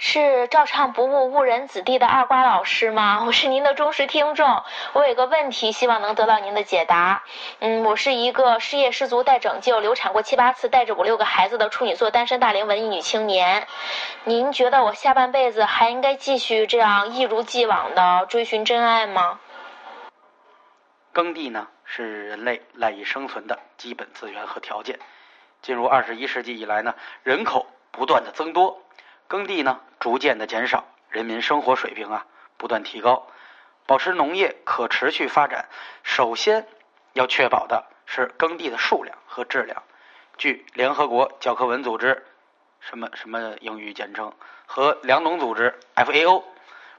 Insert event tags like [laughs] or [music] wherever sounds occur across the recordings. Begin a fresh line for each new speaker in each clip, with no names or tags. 是照唱不误误人子弟的二瓜老师吗？ [laughs] 我是您的忠实听众，我有个问题，希望能得到您的解答。嗯，我是一个失业失足待拯救、流产过七八次、带着五六个孩子的处女座单身大龄文艺女青年。您觉得我下半辈子还应该继续这样一如既往的追寻真爱吗？
耕地呢是人类赖以生存的基本资源和条件。进入二十一世纪以来呢，人口不断的增多，耕地呢逐渐的减少，人民生活水平啊不断提高。保持农业可持续发展，首先要确保的是耕地的数量和质量。据联合国教科文组织什么什么英语简称和粮农组织 FAO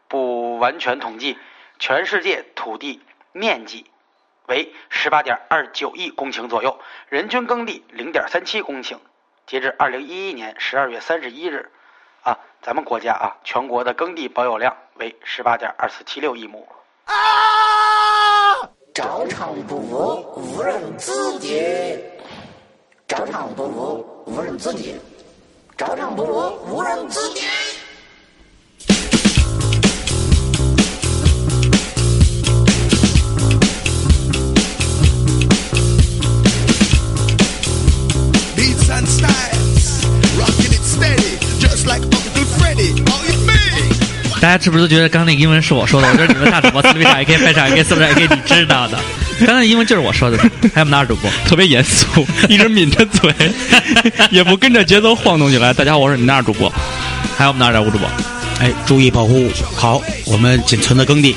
不完全统计，全世界土地面积。为十八点二九亿公顷左右，人均耕地零点三七公顷。截至二零一一年十二月三十一日，啊，咱们国家啊，全国的耕地保有量为十八点二四七六亿亩。
啊！
哦
照唱不误，误人子弟；照唱不误，误人子弟；照唱不误，误人子弟。
Beats and styles, rocking it steady, just like Uncle Freddy. Oh, All you mean?
大家是不是都觉得刚那个英文是我说的？我就是你们大主播，四 B 傻 AK、半傻 AK、四不傻 AK，你知道的。刚才英文就是我说的，还有我们的二主播。
特别严肃，一直抿着嘴，也不跟着节奏晃动起来。大家好，我是你们那儿主播，还有我们那儿的吴主播。
[laughs]
哎，注意保护好我们仅存的耕地。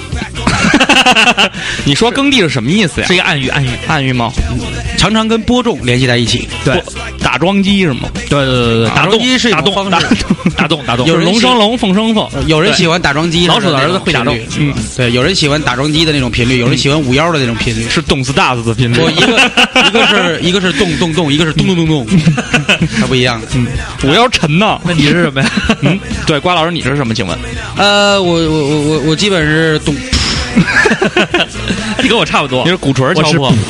你说耕地是什么意思呀
是？一个暗语，暗语。
暗喻吗？
嗯常常跟播种联系在一起。
对
打桩机是吗？
对对对对，
打
打
桩
洞
机是一
打洞
种方
打
式
洞打洞打洞，
有
就是
人
龙
喜
生龙，凤生凤。
有人
对
喜欢打桩机，
老鼠的儿子会打桩
是吧
嗯
对，有人喜欢打桩机的那种频率，有人喜欢五幺的那种频率。
是动次大次的频率。
我一
[laughs]
个一个是一个是动动动，一个是咚咚咚咚，它不一样的。
嗯我要沉呢。
那你是什么呀？
嗯，对，瓜老师你是什么？请问？
呃，我我我我我基本是咚，
[laughs] 你跟我差不多
你。是鼓槌
我
敲
是
破？
[laughs]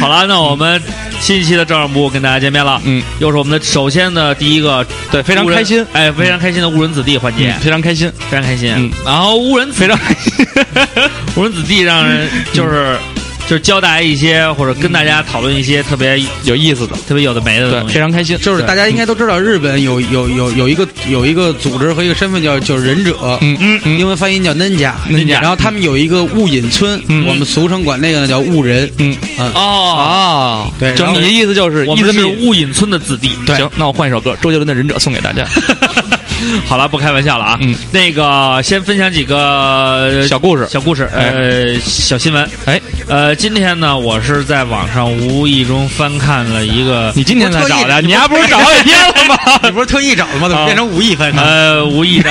好了，那我们新一期的照相部跟大家见面了。
嗯，
又是我们的首先的第一个
对，非常
误人
开心，，嗯
哎，非常开心的误人子弟环节，
嗯非常开心。
非常开心。
嗯
然后误人非常 [laughs] 误人子弟，让人就是、
嗯
就是教大家一些或者跟大家讨论一些特别
有意思的，
特别有的没的
对，
东
非
西。
常开心。
就是大家应该都知道，日本有有有有一个有一个组织和一个身份叫叫忍者，
嗯嗯嗯
英文发音叫 ninja，
Ninja
然后他们有一个雾隐村，
嗯
我们俗称管那个呢叫雾人，
嗯
啊，
哦，
啊，
对
就
然后
你的意思就是
我
意思
们是
密
雾隐村的子弟。
对，行，那我换一首歌，周杰伦的《忍者》送给 [laughs] 大家。
好了，不开玩笑了啊。
嗯，
那个先分享几个
小故事，
小故事，呃，小新闻。
哎，
呃，今天呢，我是在网上无意中翻看了一个，
你今天才找的，你还不是找半天了吗？
[laughs]
啊
你不是特意找的吗？怎么变成吴亦凡
[laughs]
了？
[laughs] 呃，无意的，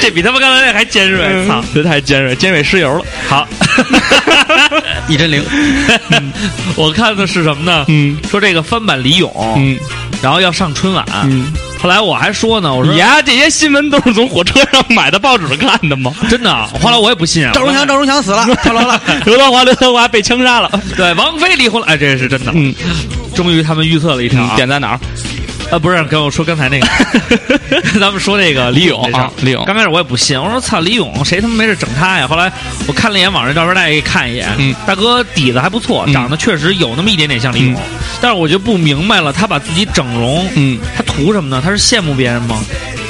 这比他们刚才那还尖锐，操！
嗯这太尖锐，尖锐湿油了。 [laughs]
好，
一真灵，
[laughs] 我看的是什么呢？
嗯
说这个翻版李咏，
嗯
然后要上春晚。
嗯，
后来我还说呢，我说
你呀，这些新闻都是从火车上买的报纸看的吗？
[laughs] 真的啊，后来我也不信啊。
赵忠祥，赵忠祥死了，跳楼
[laughs]
了。
刘德华，刘德华被枪杀了。
[laughs] 对王菲离婚了，哎，这是真的。
嗯，
终于他们预测了一条啊，
点在哪儿？
啊，不是跟我说刚才
[laughs]
那个，咱们说那个
李咏
这事儿
啊李咏
刚开始我也不信，我说操，李咏谁他妈没事整他呀？后来我看了一眼网上照片，大家可以看一眼，
嗯
大哥底子还不错，
嗯
长得确实有那么一点点像李咏，但是我就不明白了，他把自己整容，
嗯
他图什么呢？他是羡慕别人吗？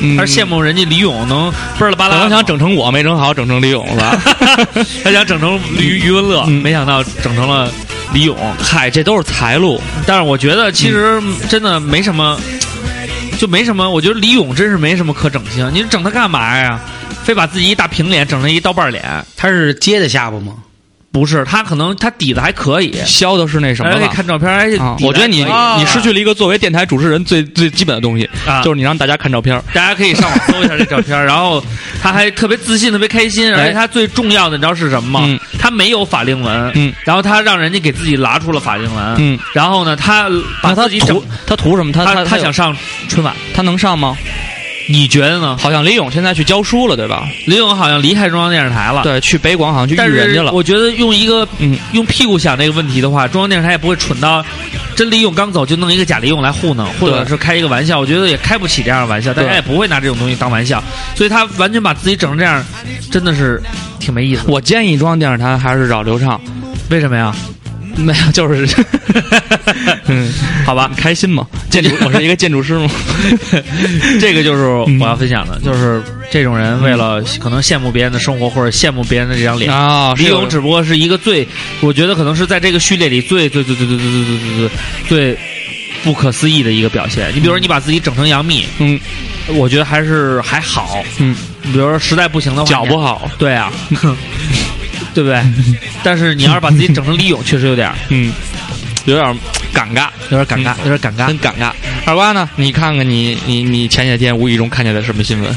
嗯
他是羡慕人家李咏能倍儿了吧啦
本
吗？
来想整成我，没整好，整成李咏
[laughs]
了。
他想整成余余文乐，
嗯
没想到整成了李咏。
嗨，这都是财路。
但是我觉得其实真的没什么，就没什么。我觉得李咏真是没什么可整性，你整他干嘛呀？非把自己一大平脸整成一刀瓣脸？
他是接的下巴吗？
不是，他可能他底子还可以。
削的是那什么
大家可以
了？
看照片，哎
啊，
底子
我觉得你
还可以
你失去了一个作为电台主持人最最基本的东西，
啊
就是你让大家看照片。
大家可以上网搜一下这照片，然后他还特别自信，特别开
[laughs]
心，而且他最重要的你知道是什么吗？
哎嗯
他没有法令纹，
嗯
然后他让人家给自己拉出了法令纹，
嗯，
然后呢，他把
那他
自己整
图，他图什么？他
他
他
想上春晚，
他能上吗？
你觉得呢？
好像李咏现在去教书了，对吧？
李咏好像离开中央电视台了，
对，去北广好像去
啊但
遇人
是
家了。
我觉得用一个
嗯
用屁股想这个问题的话，中央电视台也不会蠢到真李勇刚走就弄一个假李勇来糊弄，或者
对
是开一个玩笑，我觉得也开不起这样的玩笑，大家
对
也不会拿这种东西当玩笑，所以他完全把自己整成这样，真的是挺没
[laughs]
意思的。
我建议中央电视台还是找刘
[laughs]
畅，
为什么呀？
没有，就是，
[laughs]
嗯，好吧，开心嘛，建筑，我是一个建筑师嘛，
[laughs] 这个就是
嗯
我要分享的，就是这种人为了可能羡慕别人的生活或者羡慕别人的这张脸，
啊，
李
是有
勇只不过是一个最，我觉得可能是在这个序列里最最最最最最最最最最最不可思议的一个表现。你比如说，你把自己整成杨幂，
嗯
我觉得还是还好。
嗯，
比如说实在不行的话，
脚不，好，
对
[laughs]
啊，对不对？但是你要是把自己整成李勇，确实有点儿
嗯，有点儿尴尬，
有点儿尴尬，有点儿尴尬
嗯很。尴尬。二瓜呢？你看看你你你前些天无意中看见的什么新闻？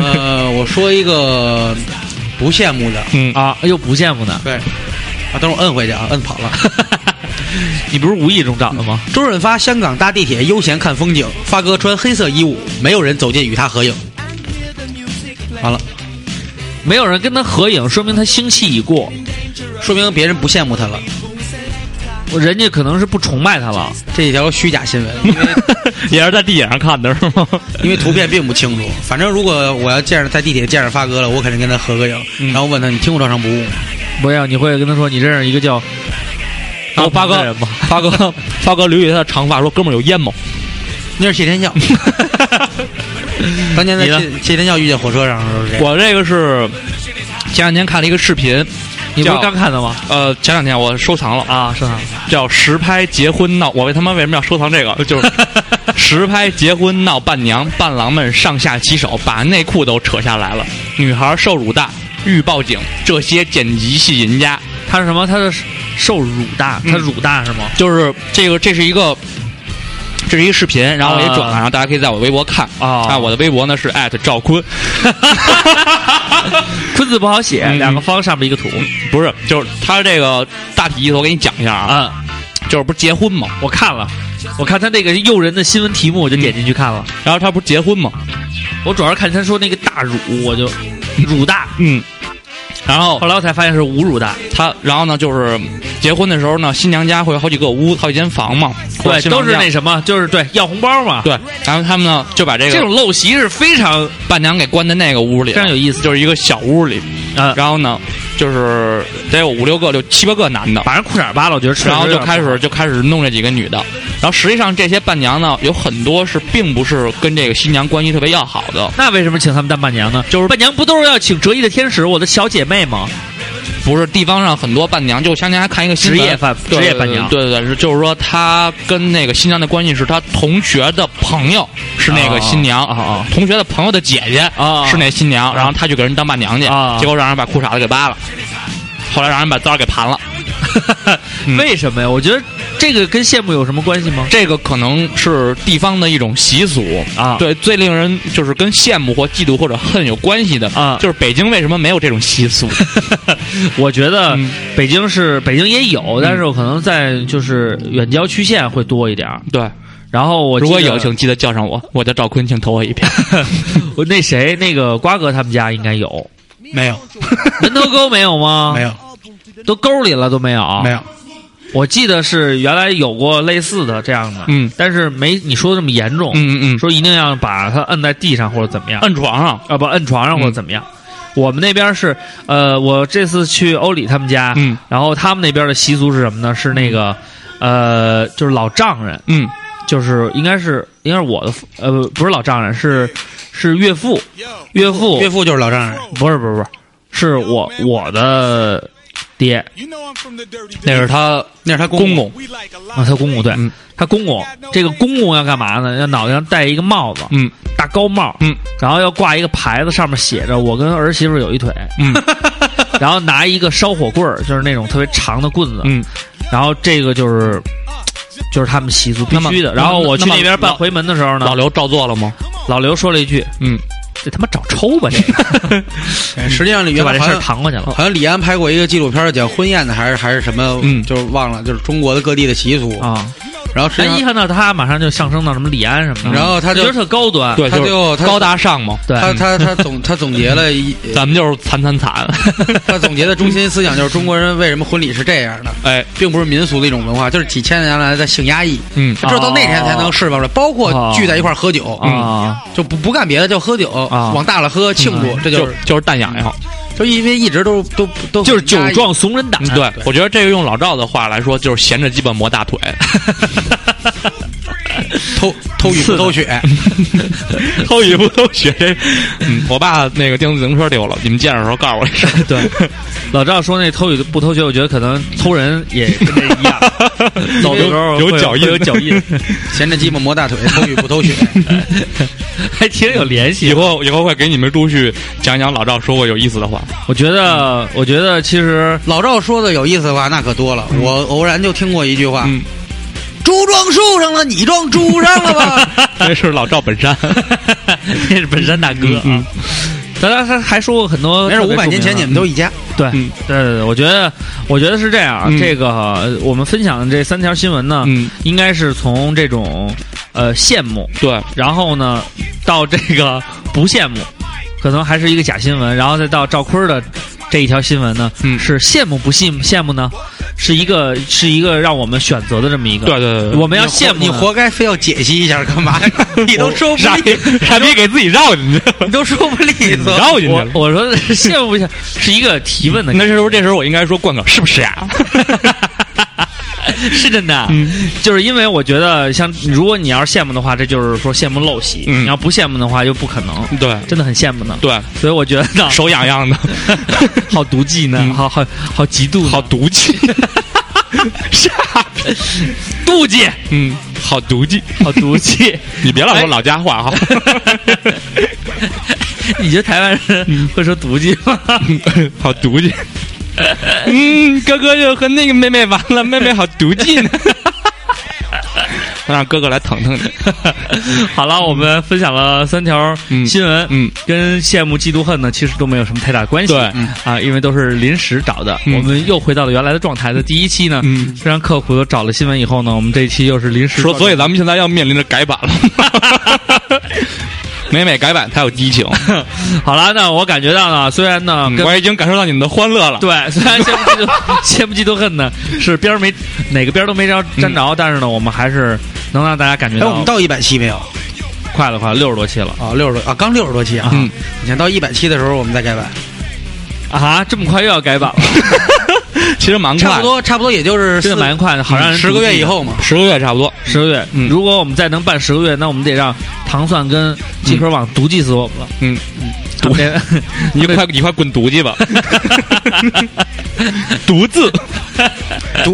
[laughs] 呃，我说一个不羡慕的，
嗯啊，
啊，又不羡慕呢，
对，啊，等会儿摁回去啊，摁跑了。
你不是无意中找的吗？
周润发香港搭地铁悠闲看风景，发哥穿黑色衣物，没有人走近与他合影。完了，
没有人跟他合影，说明他兴气已过，
说明别人不羡慕他了。
人家可能是不崇拜他了。
这一条虚假新闻，因为
[laughs] 也是在地铁上看的是吗？
因为图片并不清楚。反正如果我要见着在地铁见着发哥了，我肯定跟他合个影，然后问他你听过照常不误吗？
不要，你会跟他说你认识一个
啊
叫哦
然后发
的
哥
人吗？
发哥 [laughs] 发哥捋捋他的长发说：“哥们儿有
[laughs]
烟吗
那是谢天笑。当年在
你呢
谢谢天笑遇见火车上的时候是？”这样，
我这个是前两天看了一个视频，
你不是
叫
刚看的吗？
呃，前两天我收藏了啊，
是吗？
叫实拍结婚闹，我为他妈为什么要收藏这
[laughs]
个？就是实拍结婚闹伴娘，伴郎们上下其手，把内裤都扯下来了，女孩受辱大，欲报警，这些剪辑系人家。
他是什么？他是受辱大，
嗯
他辱大是吗？
就是这个，这是一个，这是一个视频，然后我也转了，然后大家可以在我微博看 [laughs]
啊
啊，我的微博呢是艾特赵
[laughs]
坤，
坤字不好写，
嗯
两个方上面一个土。
不是，就是他这个大体意思，我给你讲一下啊，
啊，
就是不是结婚嘛，
我看了，我看他那个诱人的新闻题目，我就点进去看了。
然后他不是结婚嘛，
我主要是看他说那个大辱，我就辱大。
嗯，然后
后来我才发现是侮辱大，
他，然后呢，就是结婚的时候呢，新娘家会有好几个屋，好几间房嘛，或者
对，
新
都
郎
是
家
那什么，就是对要红包嘛。，
对，然后他们呢就把这
这
个
种陋习是非常
伴娘给关在那个屋里
非
了，
常有意思，
就是一个小屋里，
啊，
然后呢，就是得有五六个、六七八个男的，
把人裤衩扒了，我觉得确实
然后
有
就
点
开始就开始弄这几个女的，然后实际上这些伴娘呢，有很多是并不是跟这个新娘关系特别要好的，
那为什么请他们当伴娘呢？就是伴娘不都是要请折翼的天使，我的小姐妹 [laughs] 吗？
不是地方上很多伴娘，就像大家看一个新闻
职业伴
对
职业伴娘
对对对，是就是说她跟那个新娘的关系是她同学的朋友是那个新娘，
啊啊啊
同学的朋友的姐姐
啊
是那新娘，然后她去给人当伴娘去，
啊
结果让人把裤衩子给扒了，后来让人把簪儿给盘了。嗯
为什么呀？我觉得这个跟羡慕有什么关系吗？
这个可能是地方的一种习俗
啊
对，最令人就是跟羡慕或嫉妒或者恨有关系的
啊
就是北京为什么没有这种习
[laughs]
俗？
[laughs] 我觉得
嗯
北京是北京也有，但是我可能在就是远郊区县会多一点儿。
对，
然后我
如果
记得
有，请记得叫上我，我叫赵坤，请投我一
[laughs]
票。
我那谁那个瓜哥他们家应该 [laughs] 有，
没有，
门头沟没有吗？
没，有，哦
都沟里了都没有。
没有，
我记得是原来有过类似的这样的，
嗯，
但是没你说的这么严重，
嗯嗯嗯，
说一定要把它摁在地上或者怎么样，
摁嗯床上，
啊不摁床上或者怎么样。我们那边是，呃，我这次去欧里他们家，
嗯
然后他们那边的习俗是什么呢？是那个，呃，就是老丈人，
嗯
就是应该是应该是我的父，呃，不是老丈人，是是岳父，岳父，
岳父就是老丈人，
不是不是不是，是我我的爹，
那是他
那是他公
公公，
啊，他公公对，
嗯
他公公，这个公公要干嘛呢？要脑袋上戴一个帽子，
嗯
大高帽，
嗯，
然后要挂一个牌子，上面写着“我跟儿媳妇有一腿”，
[laughs] 嗯
[laughs] 然后拿一个烧火棍儿，就是那种特别长的棍子，
嗯，
然后这个就是就是他们习俗必
那么
须的。
那么
然后我去
那么
那边办
老
回门的时候呢，
老刘照做了吗？
老刘说了一句
嗯，：“
这他妈找抽吧，这
[laughs]
个
哎实际上
就
原
把这
来好
事儿
像
搪过去了。”
好像李安拍过一个纪录片儿，讲婚宴的，还是还是什么，
嗯
就是忘了，就是中国的各地的习俗。
啊，
然后实
哎，
际
一
上
看到他，马上就上升到什么李安什么的，
然后他就
觉得特高端，
对，
他
就是
就他
高大上嘛。
对
他他他总他总结了
[laughs]
一，
咱们就是惨惨惨。
[laughs]
[laughs]
他总结的中心思想就是中国人为什么婚礼是这样的，
哎，
并不是民俗的一种文化，就是几千年来的性压抑。
嗯
他只有到那天才
哦
能释放出来，包括聚在一块儿喝酒，
啊，
就不不干别的，就喝酒，
啊
往大了喝，庆祝，
嗯
这
就
就是
就是蛋痒痒。
就因为一直都都都
就是酒
很压抑
壮怂人胆，
嗯对，我觉得这个用老赵的话来说，就是闲着鸡巴磨大腿， [laughs]
偷偷雨不
[laughs]
偷雪，
偷雨不偷血。这，嗯，我爸那个电动自行车丢了，你们见着的时候告诉我一声。 [laughs]
[laughs] 对，老赵说那偷与不偷学，我觉得可能偷人也跟这一样，走的时候
有
会
脚印
会有脚印，
闲着鸡巴磨大腿，偷雨
[laughs]
不偷雪。
还挺有联
以
系。
后以后会给你们陆续讲讲老赵说过有意思的 [laughs] 话。
我觉得，我觉得其实
老赵说的有意思的话那可多了，
嗯
我偶然就听过一句话：“
嗯
猪撞树上了，你撞猪上了吧
这是老赵 [laughs] 本山，
那是本山大哥
嗯
啊。咱俩他还说过很？”多
没
特别著
事，五
名啊的，
百年前你们都一家。
对对
嗯
对对，我觉得我觉得是这样啊
嗯。
这个呃我们分享的这三条新闻呢，
嗯，
应该是从这种呃羡慕，
对，
然后呢到这个不羡慕，可能还是一个假新闻，然后再到赵坤儿的这一条新闻呢，
嗯
是羡慕不羡慕羡慕呢，是一个是一个让我们选择的这么一个，
对对对对
我们要
你活
羡慕啊
你
呢
活该非要解析一下干嘛？ [laughs] 你都说不
傻逼
利，
傻逼给自己绕进去了，
你都说不利
嗯
索。
绕进去
我
了。
我说羡慕不羡慕是一个提问的，
[laughs] 那时候这时候我应该说冠哥是不啊是呀？
是真的，就是因为我觉得像如果你要是羡慕的话，这就是说羡慕陋习；
嗯
你要不羡慕的话，就不可能，
对
真的很羡慕呢。
对，
所以我觉得
手痒痒的，
啊 [laughs] 好毒计呢，
嗯
好好好嫉妒呢，
[laughs] 好毒
[laughs]
气，
傻逼，妒忌，
嗯，好毒气。
[laughs] 好毒气。
你别老
哎
说老家话哈， [laughs]
你觉得台湾人会说毒计吗？
好毒
[laughs]
气。嗯，哥哥又和那个妹妹玩了，妹妹好毒气
[laughs]
呢。我让哥哥来疼疼你。
好了，我们分享了三条
嗯
新闻，
嗯，
跟羡慕、嫉妒、恨呢，其实都没有什么太大关系，
对
啊，因为都是临时找的。
嗯
我们又回到了原来的状态的第一期呢，
嗯
非常刻苦的找了新闻以后呢，我们这一期又是临时
说，所
以
以咱们现在要面临着改版
[laughs]
了。每每改版才有激情，
好了，那我感觉到呢，虽然呢，跟
嗯我已经感受到你们的欢乐了。
对， [laughs] 虽然羡慕嫉妒 [laughs] 羡慕嫉妒恨呢，是边儿没哪个边儿都没着
嗯
沾着，但是呢，我们还是能让大家感觉
哎，我们
到
到一百期没有？
快了，快了，六十多期了
啊，六十多啊，刚六十多期啊。
嗯
你看到一百期的时候，我们再改版，
啊，这么快又要改版了，
[laughs] 其实蛮快，
差不多，差不多也就是
真的
四嗯
蛮快的，好让人
十个
妒
月
忌
以后嘛。
十个月差不多。
十个月，
嗯
如果我们再能办十个月，那我们得让糖蒜跟鸡壳网毒计死我们了。
嗯，
[laughs] 毒得
你快你快滚犊去吧， [laughs] 独自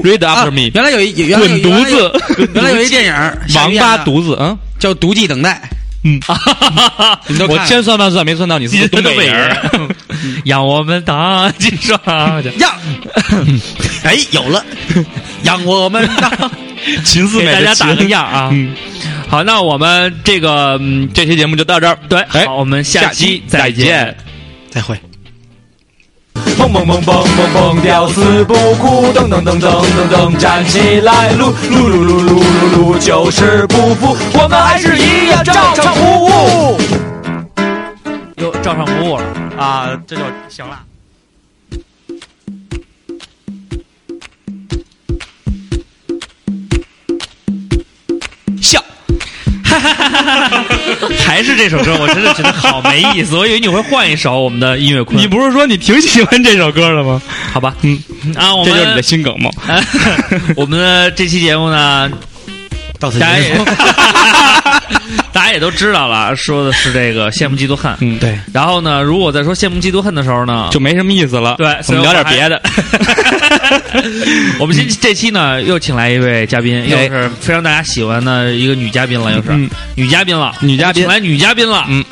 read
啊
after me，，
原来有一原来有一
滚犊
原来有
子
原来有一电影《
王八
八
犊子啊！
叫《毒计等待》，
嗯，
你都
我
看了
千算万算没算到你是
鸡
东
东
北
北
人
人
儿，
[laughs] 养我们当鸡耍去。
[laughs]
呀，哎，有了，让我们当
秦四
给
美
大
的
家
秦
打个样啊！
嗯，
好，那我们这个嗯
这期节目就到这儿，
对，
哎
好，我们
下
期
期再
见。
见。
[laughs] 再会。
蹦蹦蹦蹦蹦蹦，吊死不哭，噔噔噔噔噔噔，站起来，撸撸撸撸撸撸撸，就是不服，我们还是一样照常服务。
又照上服务了啊，这就行了。
笑，
还是这首歌，我真的觉得好没意思。我以为你会换一首我们的音乐
你
坤，
不是说你挺喜欢这首歌的吗？
好吧？
嗯，
啊，我
这
们
就是你的新梗
[laughs]
吗？
[laughs] 我们的这期节目呢，
到此
大家
结
[laughs]
也
嗯
束。
[laughs] 大家也都知道了，说的是这个羡慕嫉妒恨。
嗯，
对，
然后呢，如果在说羡慕嫉妒恨的时候呢，
就没什么意思了。
对，
我
所以
们聊点
还
别的。。
[laughs]
[laughs]
我们这这期呢，又请来一位嘉宾，又
哎
是非常大家喜欢的一个女嘉宾了，又是
嗯
女嘉宾了，
女嘉宾
请来女嘉宾了。
嗯，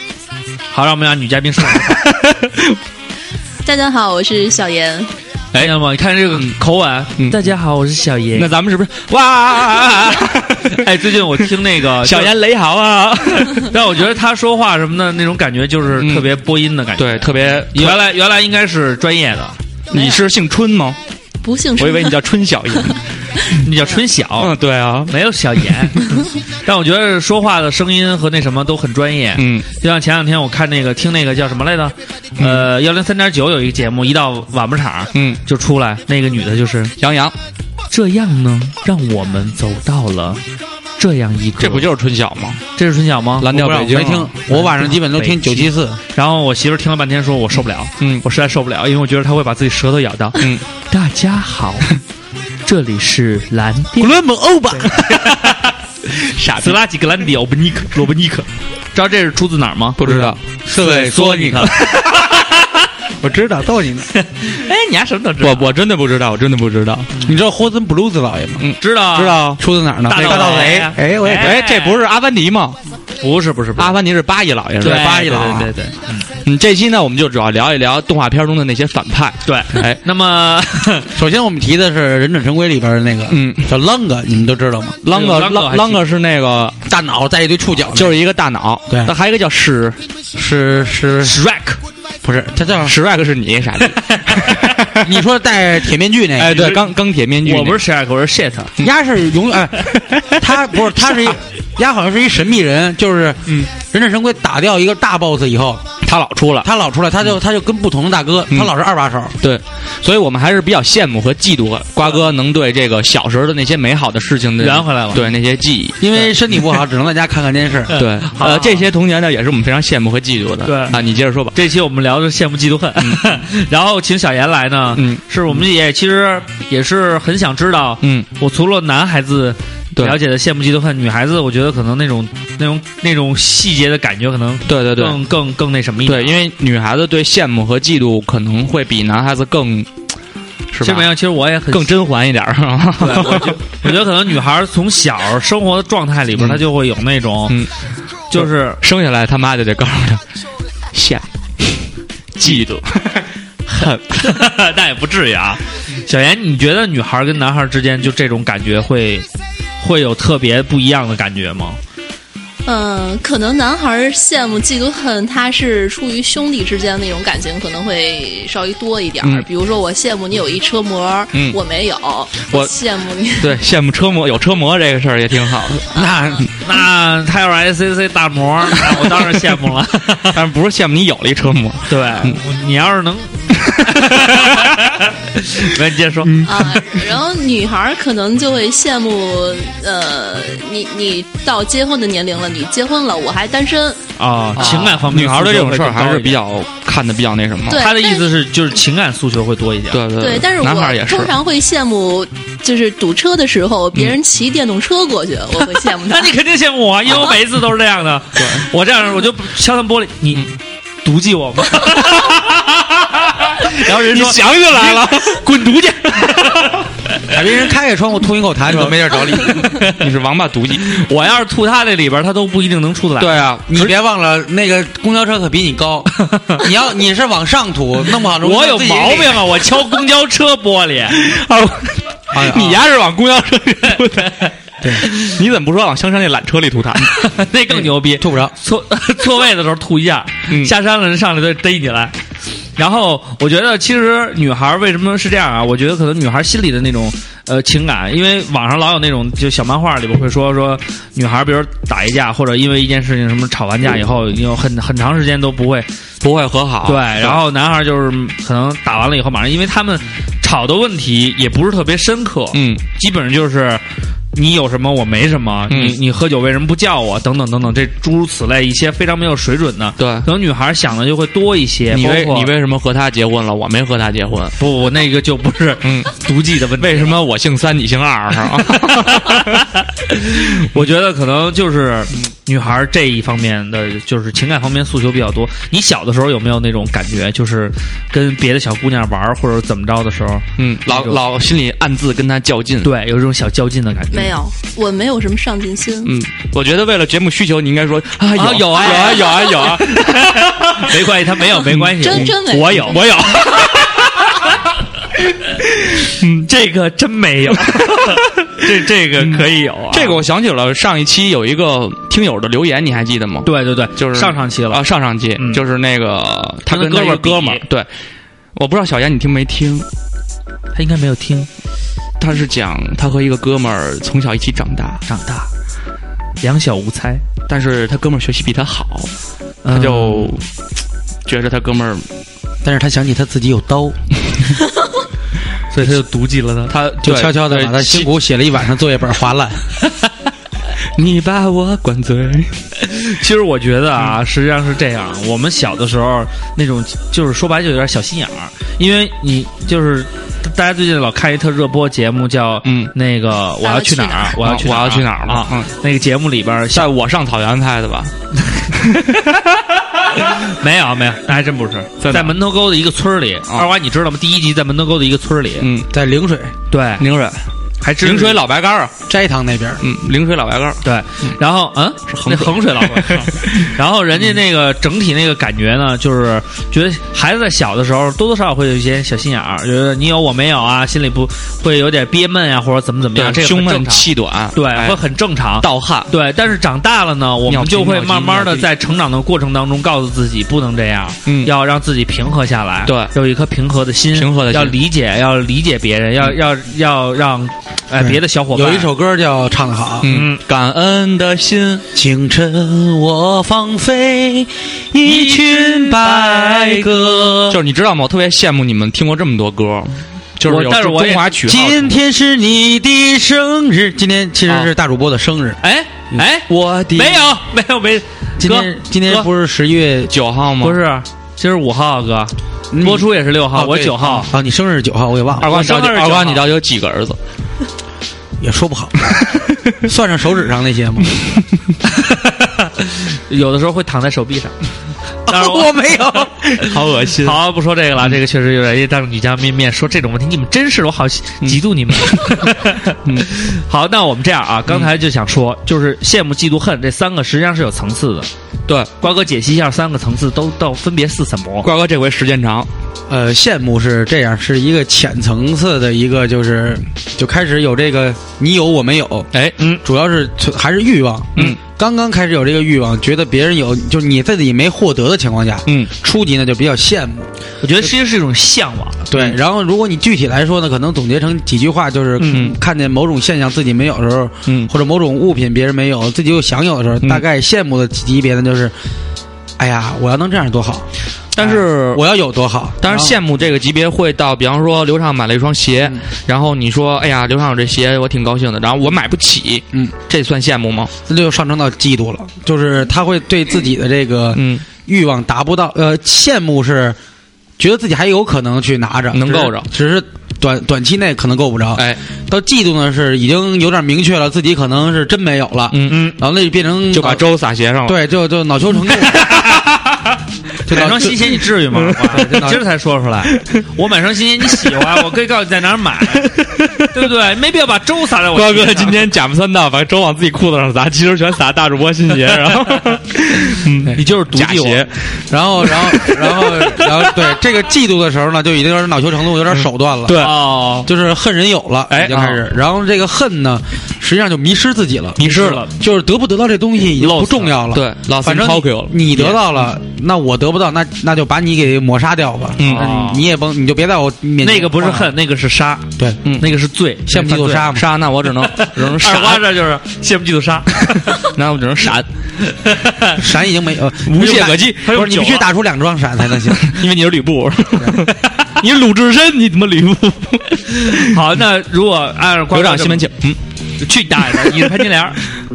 好，让我们让女嘉宾说两
[laughs]
句话。
大家好，哦我是小妍。
哎，那么你看这个口吻，啊
嗯
大家好，我是小
那
严。
咱们是不是哇？
[laughs]
[laughs]
哎，最近我听那个
小
严，
严雷豪
[laughs]
啊，
但我觉得他说话什么的那种感觉，就是
嗯
特别播音的感觉。
对，特别。
原来原来应该是专业的，
你是姓春吗？
不幸
我
[laughs]
春
以为你叫春小严。
那叫春晓。
嗯，对啊，
没有小
[laughs]
严，但我觉得说话的声音和那什么都很专业。
嗯，
就像前两天我看那个听那个叫什么来着，呃，幺零三点九有一个节目，一到晚不场，
嗯，
就出来那个女的，就是
杨
嗯
洋，
这样呢，让我们走到了这样一个，
这不就是春晓吗？
这是春晓吗？
蓝调
我
北
不知
京嗯
道没听，我晚上基本都听九七四。
然后我媳妇儿听了半天，说我受不了，
嗯
我实在受不了，因为我觉得她会把自己舌头咬到。
嗯，
大家好，这里是蓝调
古。
[laughs]
伦姆欧巴，
傻子拉几个兰迪奥布尼克罗布尼克，知道这是出自哪儿吗？
不知道，
是为说你看，我知道逗你呢。
[laughs] 哎，你还什么都知道？
我我真的不知道，我真的不知道。
嗯
嗯
你知道霍森布鲁斯老爷吗？
知道啊
知道出自哪儿呢？
大盗
盗
贼
贼。哎，我也
哎
哎，这不是阿凡提吗？
不是不是不是
阿凡提是八一老爷，是吧
对
八一老爷。
对对对
嗯，这期呢，我们就主要聊一聊动画片中的那些反派。
对。对
哎，
那么 [laughs]
首先我们提的是《忍者神龟》里边的那个，
嗯，
叫啷个，你们都知道吗？
啷个
啷个还
啷啷
记得
个是那个，
大脑带一堆触角，
就是一个大脑。
对
那还有一个叫史
是是
Shrek
不是？他叫
史 Rex 是你傻逼。
你说戴铁面具那
[laughs]
个？
哎，对，钢钢铁面具那
我
个。
不是 Shrek，我是 shit。
[laughs] 鸭是永远，哎他不是，他是一，鸭好像是一神秘人，就是，嗯，忍者神龟打掉一个大 boss 以后，
他老出了。
他老出来，他就他就跟不同的大哥，
嗯
他老是二把手，
对，所以我们还是比较羡慕和嫉妒瓜哥能对这个小时候的那些美好的事情的
圆回来了
对那些记忆。
因为身体不好，只能在家看看电视。
对，
好
呃，
好
这些童年呢，也是我们非常羡慕和嫉妒的。
对
啊，你接着说吧。
这期我们聊的是羡慕嫉妒恨， [laughs] 然后请小严来呢，
嗯
是我们也其实也是很想知道，
嗯，
我除了男孩子
对
了解的羡慕嫉妒恨，女孩子我觉得可能那种那种那种细节的感觉可能
对对对
更更更那什么一点
对，。因为女孩子对羡慕和嫉妒可能会比男孩子更，是
这没
吧？
有，其实我也很
更甄嬛一点儿。
对，我觉我觉得可能女孩儿从小生活的状态里边儿，
嗯
她就会有那种，
嗯
就是
生下来他妈就得告诉他，羡 [laughs] 慕、嫉妒、
很， [laughs] 但也不至于啊。小严，你觉得女孩儿跟男孩儿之间就这种感觉会会有特别不一样的感觉吗？
嗯，可能男孩儿羡慕、嫉妒、恨，他是出于兄弟之间那种感情，可能会稍微多一点儿。
嗯
比如说，我羡慕你有一车模，
嗯
我没有；
我
羡慕你，
对羡慕车模有车模这个事儿也挺好的，
那
那他要是 ICC 大模儿，那我当然羡慕 [laughs] 了。
但是不是羡慕你有了一车模，
对，你要 [laughs] 是能，没你接着说，
啊，然后女孩儿可能就会羡慕，呃，你你到结婚的年龄了，你结婚了，我还单身，
啊，情感方面
女孩儿对这种事儿还是比
较。
较看的比较那什么。
对
他的意思是，就是情感诉求会多一点。
对对
对，但是
呃男孩儿也
我
是
通。常会羡慕，就是堵车的时候别人骑电动车过去，我会羡慕
那
他
你。
嗯 [laughs]
肯定羡慕我啊，因为我每一次都是这样的。 [laughs] 对，嗯我这样我就敲他们玻璃，你毒计我吗？然后人说
想起来了， [laughs] 滚犊去！ [laughs]
把别人开开窗户吐一口痰，你都没地儿找理。
你是王八犊子。
[laughs] 我要是吐他这里边，他都不一定能出得
[laughs]
来。
对啊，
你别忘了，那个公交车可比你高，你要你是往上吐，弄不好容易
我有
自己
毛病啊！我敲公交车玻 [laughs] 璃，
哎呀
[laughs] 你丫是往公交车
[laughs]
里吐痰，
啊
对，你怎么不说往香山那缆车里吐痰？
那更牛逼。
吐不着。
错 [laughs] 错位的时候吐一下，
嗯
下山了人上来就逮你来。然后我觉得，其实女孩儿为什么是这样啊？我觉得可能女孩儿心里的那种呃情感，因为网上老有那种就小漫画里边会说说女孩，比如打一架或者因为一件事情什么吵完架以后，有很很长时间都不会
不会和好。
对，然后男孩儿就是可能打完了以后马上，因为他们吵的问题也不是特别深刻，
嗯，
基本上就是你有什么我没什么，
嗯
你你喝酒为什么不叫我等等等等，这诸如此类一些非常没有水准的，
对
可能女孩想的就会多一些。
啊你为
包括
你为什么和他结婚了？我没和他结婚。
不不那个就不是
嗯，
毒计的问题，
为什？么我姓三你姓二是吧？
[laughs] 我觉得可能就是女孩这一方面的，就是情感方面诉求比较多。你小的时候有没有那种感觉，就是跟别的小姑娘玩儿或者怎么着的时候，
嗯，老
那种
老心里暗自跟他较劲。，
对，有这种小较劲的感觉？
没有，我没有什么上进心。
嗯，我觉得为了节目需求，你应该说啊
啊
有
有啊
啊有啊有 [laughs] 啊，
没关系，他没有没关系，
真真没有
我有我有，嗯，这个真没有，这这个可以有啊，
这个我想起了上一期有一个听友的留言，你还记得吗？
对对对，
就是
上上期了
啊，，上上期、
嗯
就是那个他
跟
跟他
哥
一
们儿
个哥们儿
比
对。我不知道小严你听没听，
他应该没有听，
他是讲他和一个哥们儿从小一起长大，
长大，两小无猜，
但是他哥们儿学习比他好，
他
他
嗯
就觉着他哥们儿
但是他想起他自己有刀，
所以他就毒计了他。
他
就
对
悄悄的
对
把他辛苦写了一晚上作业本划烂。
你把我灌醉，
其实我觉得啊，实际上是这样。我们小的时候那种，就是说白了就有点小心眼儿，因为你就是大家最近老看一特热播节目叫
嗯哦
那个我要去哪儿，我要去
我要去哪
儿
儿
啊
嘛？嗯，
那个节目里边儿
在我上草原拍的吧？
[laughs] 没有没有，那还真不是，
在哪啊
在门头沟的一个村儿里。二娃，你知道吗？第一集在门头沟的一个村儿里，
嗯，
在陵水
对，
陵水，
还真是
陵水老白干儿啊，
斋堂那边儿，
嗯，陵水老白干儿，
对，然后嗯，
衡
那
水
衡
[laughs]
水老师，然后人家那个整体那个感觉呢，就是觉得孩子在小的时候多多少少会有一些小心眼儿，觉得你有我没有啊，心里不会有点憋闷呀、啊或者怎么怎么样，这个
胸
很
闷
正常，
气短，
对，
哎
会很正常。
盗汗，
对，但是长大了呢，我
尿
们
急
就会
尿急
慢慢
尿
的
急
在成长的过程当中，告诉自己不能这样，
嗯
要让自己平和下来，
对
有一颗平和的心，
平和的心嗯
要理解，要理解别人，要要要让，哎，
对
别的小伙伴
有一首歌叫唱得好，
嗯，感恩的心，
清晨我放飞一群白鸽，
就是你知道吗？我特别羡慕你们听过这么多歌，就是
我
有
但是
中
我也
中华曲号什么的。
今天是你的生日，今天其实是大主播的生日。
哎
嗯
哎，
啊我的
没有 [laughs] 没有没，
今天
哥
今天
哥
不是十一月
九号吗？
不，是，今儿五号啊哥，
嗯
播出也是六号，
哦
我
对
九号。
啊？你生日是九号，我也忘
二
了，
瓜，你到
我
底
生日
二瓜，
正好
你到底有几个儿子？
也
[laughs]
说不好，算上手指上那些吗？
有的时候会躺在手臂上，
[laughs]
但是我
我没有。
啊 [laughs] 好恶心
好，不说这
嗯
个了，这个确实有点。因为当着女家面面说这种问题，你们真是我好
嗯
嫉妒
[laughs]
你们。 [laughs] 好，那我们这样啊，
嗯
刚才就想说，就是羡慕、嫉妒、恨这三个实际上是有层次的。
对，
瓜哥解析一下三个层次都到分别是什么？
瓜哥这回时间
嗯
长，
呃，羡慕是这样，是一个浅层次的一个，就是就开始有这个你有我没有，
哎，
嗯，
主要是还是欲望，
嗯，
刚刚开始有这个欲望，觉得别人有，就是你自己没获得的情况下，
嗯，
初级呢就比较羡慕，
我觉得其实是一种向往。啊嗯
对。然后如果你具体来说呢，可能总结成几句话，就是
嗯
看见某种现象自己没有的时候，
嗯
或者某种物品别人没有，自己又想有的时候，
嗯
大概羡慕的级别呢就是，哎呀，我要能这样多好，哎
但是
我要有多好，
但是
然后
羡慕这个级别会到，比方说刘畅买了一双鞋，
嗯
然后你说，哎呀，刘畅有这鞋，我挺高兴的，然后我买不起，
嗯，
这算羡慕吗？
那就上升到嫉妒了，就是他会对自己的这个
嗯，
欲望达不到，呃，羡慕是觉得自己还有可能去拿着，
能
只是
够着
只是短短期内可能够不着。
哎，
到嫉妒呢是已经有点明确了，自己可能是真没有了，
嗯嗯，
然后那就变成
就把
脑
粥撒鞋上了。
对，就就恼羞
[laughs]
成怒，就
买
恼
双
就
新鞋你至于吗？我今儿才说出来，我买双新鞋你喜欢，我可以告诉你在哪儿买，对不对？没必要把粥撒在我
瓜
鞋
哥
上
今天假模三道，把粥往自己裤子
[laughs]
上撒，其实全撒大主播新鞋，然后，嗯，
你就是毒
假
计我，
鞋，
然后然后然后然后对这个嫉妒的时候呢，就已经有点恼羞成怒，有点手段了。
嗯对
哦，
就是恨人有了，
哎
已经开始。然后这个恨呢，实际上就迷失自己了，
迷失了，
就是得不得到这东西已经不重要了。
对，老
反
三
正
Tokyo 了，
你得到了，那我得不到，那那就把你给抹杀掉吧。
嗯
那你也甭，你就别在我面前
那个不是恨，那个是杀，
对，
嗯
那个是罪，
羡慕嫉妒杀嘛。
杀，那我只能只能
嗯 [laughs] 二瓜
杀，
这就是羡慕嫉妒杀，
[laughs] 那我只能闪，
闪已经没有，
无懈可击
不是你必
啊
须打出两桩闪才能行。
[laughs] 因为你是吕布，你是鲁智深，你他妈吕布，
[laughs] 好，那如果按照瓜
刘
哥
长西门庆
去，，
嗯，
去你大
[laughs]
爷的，你是潘金莲儿，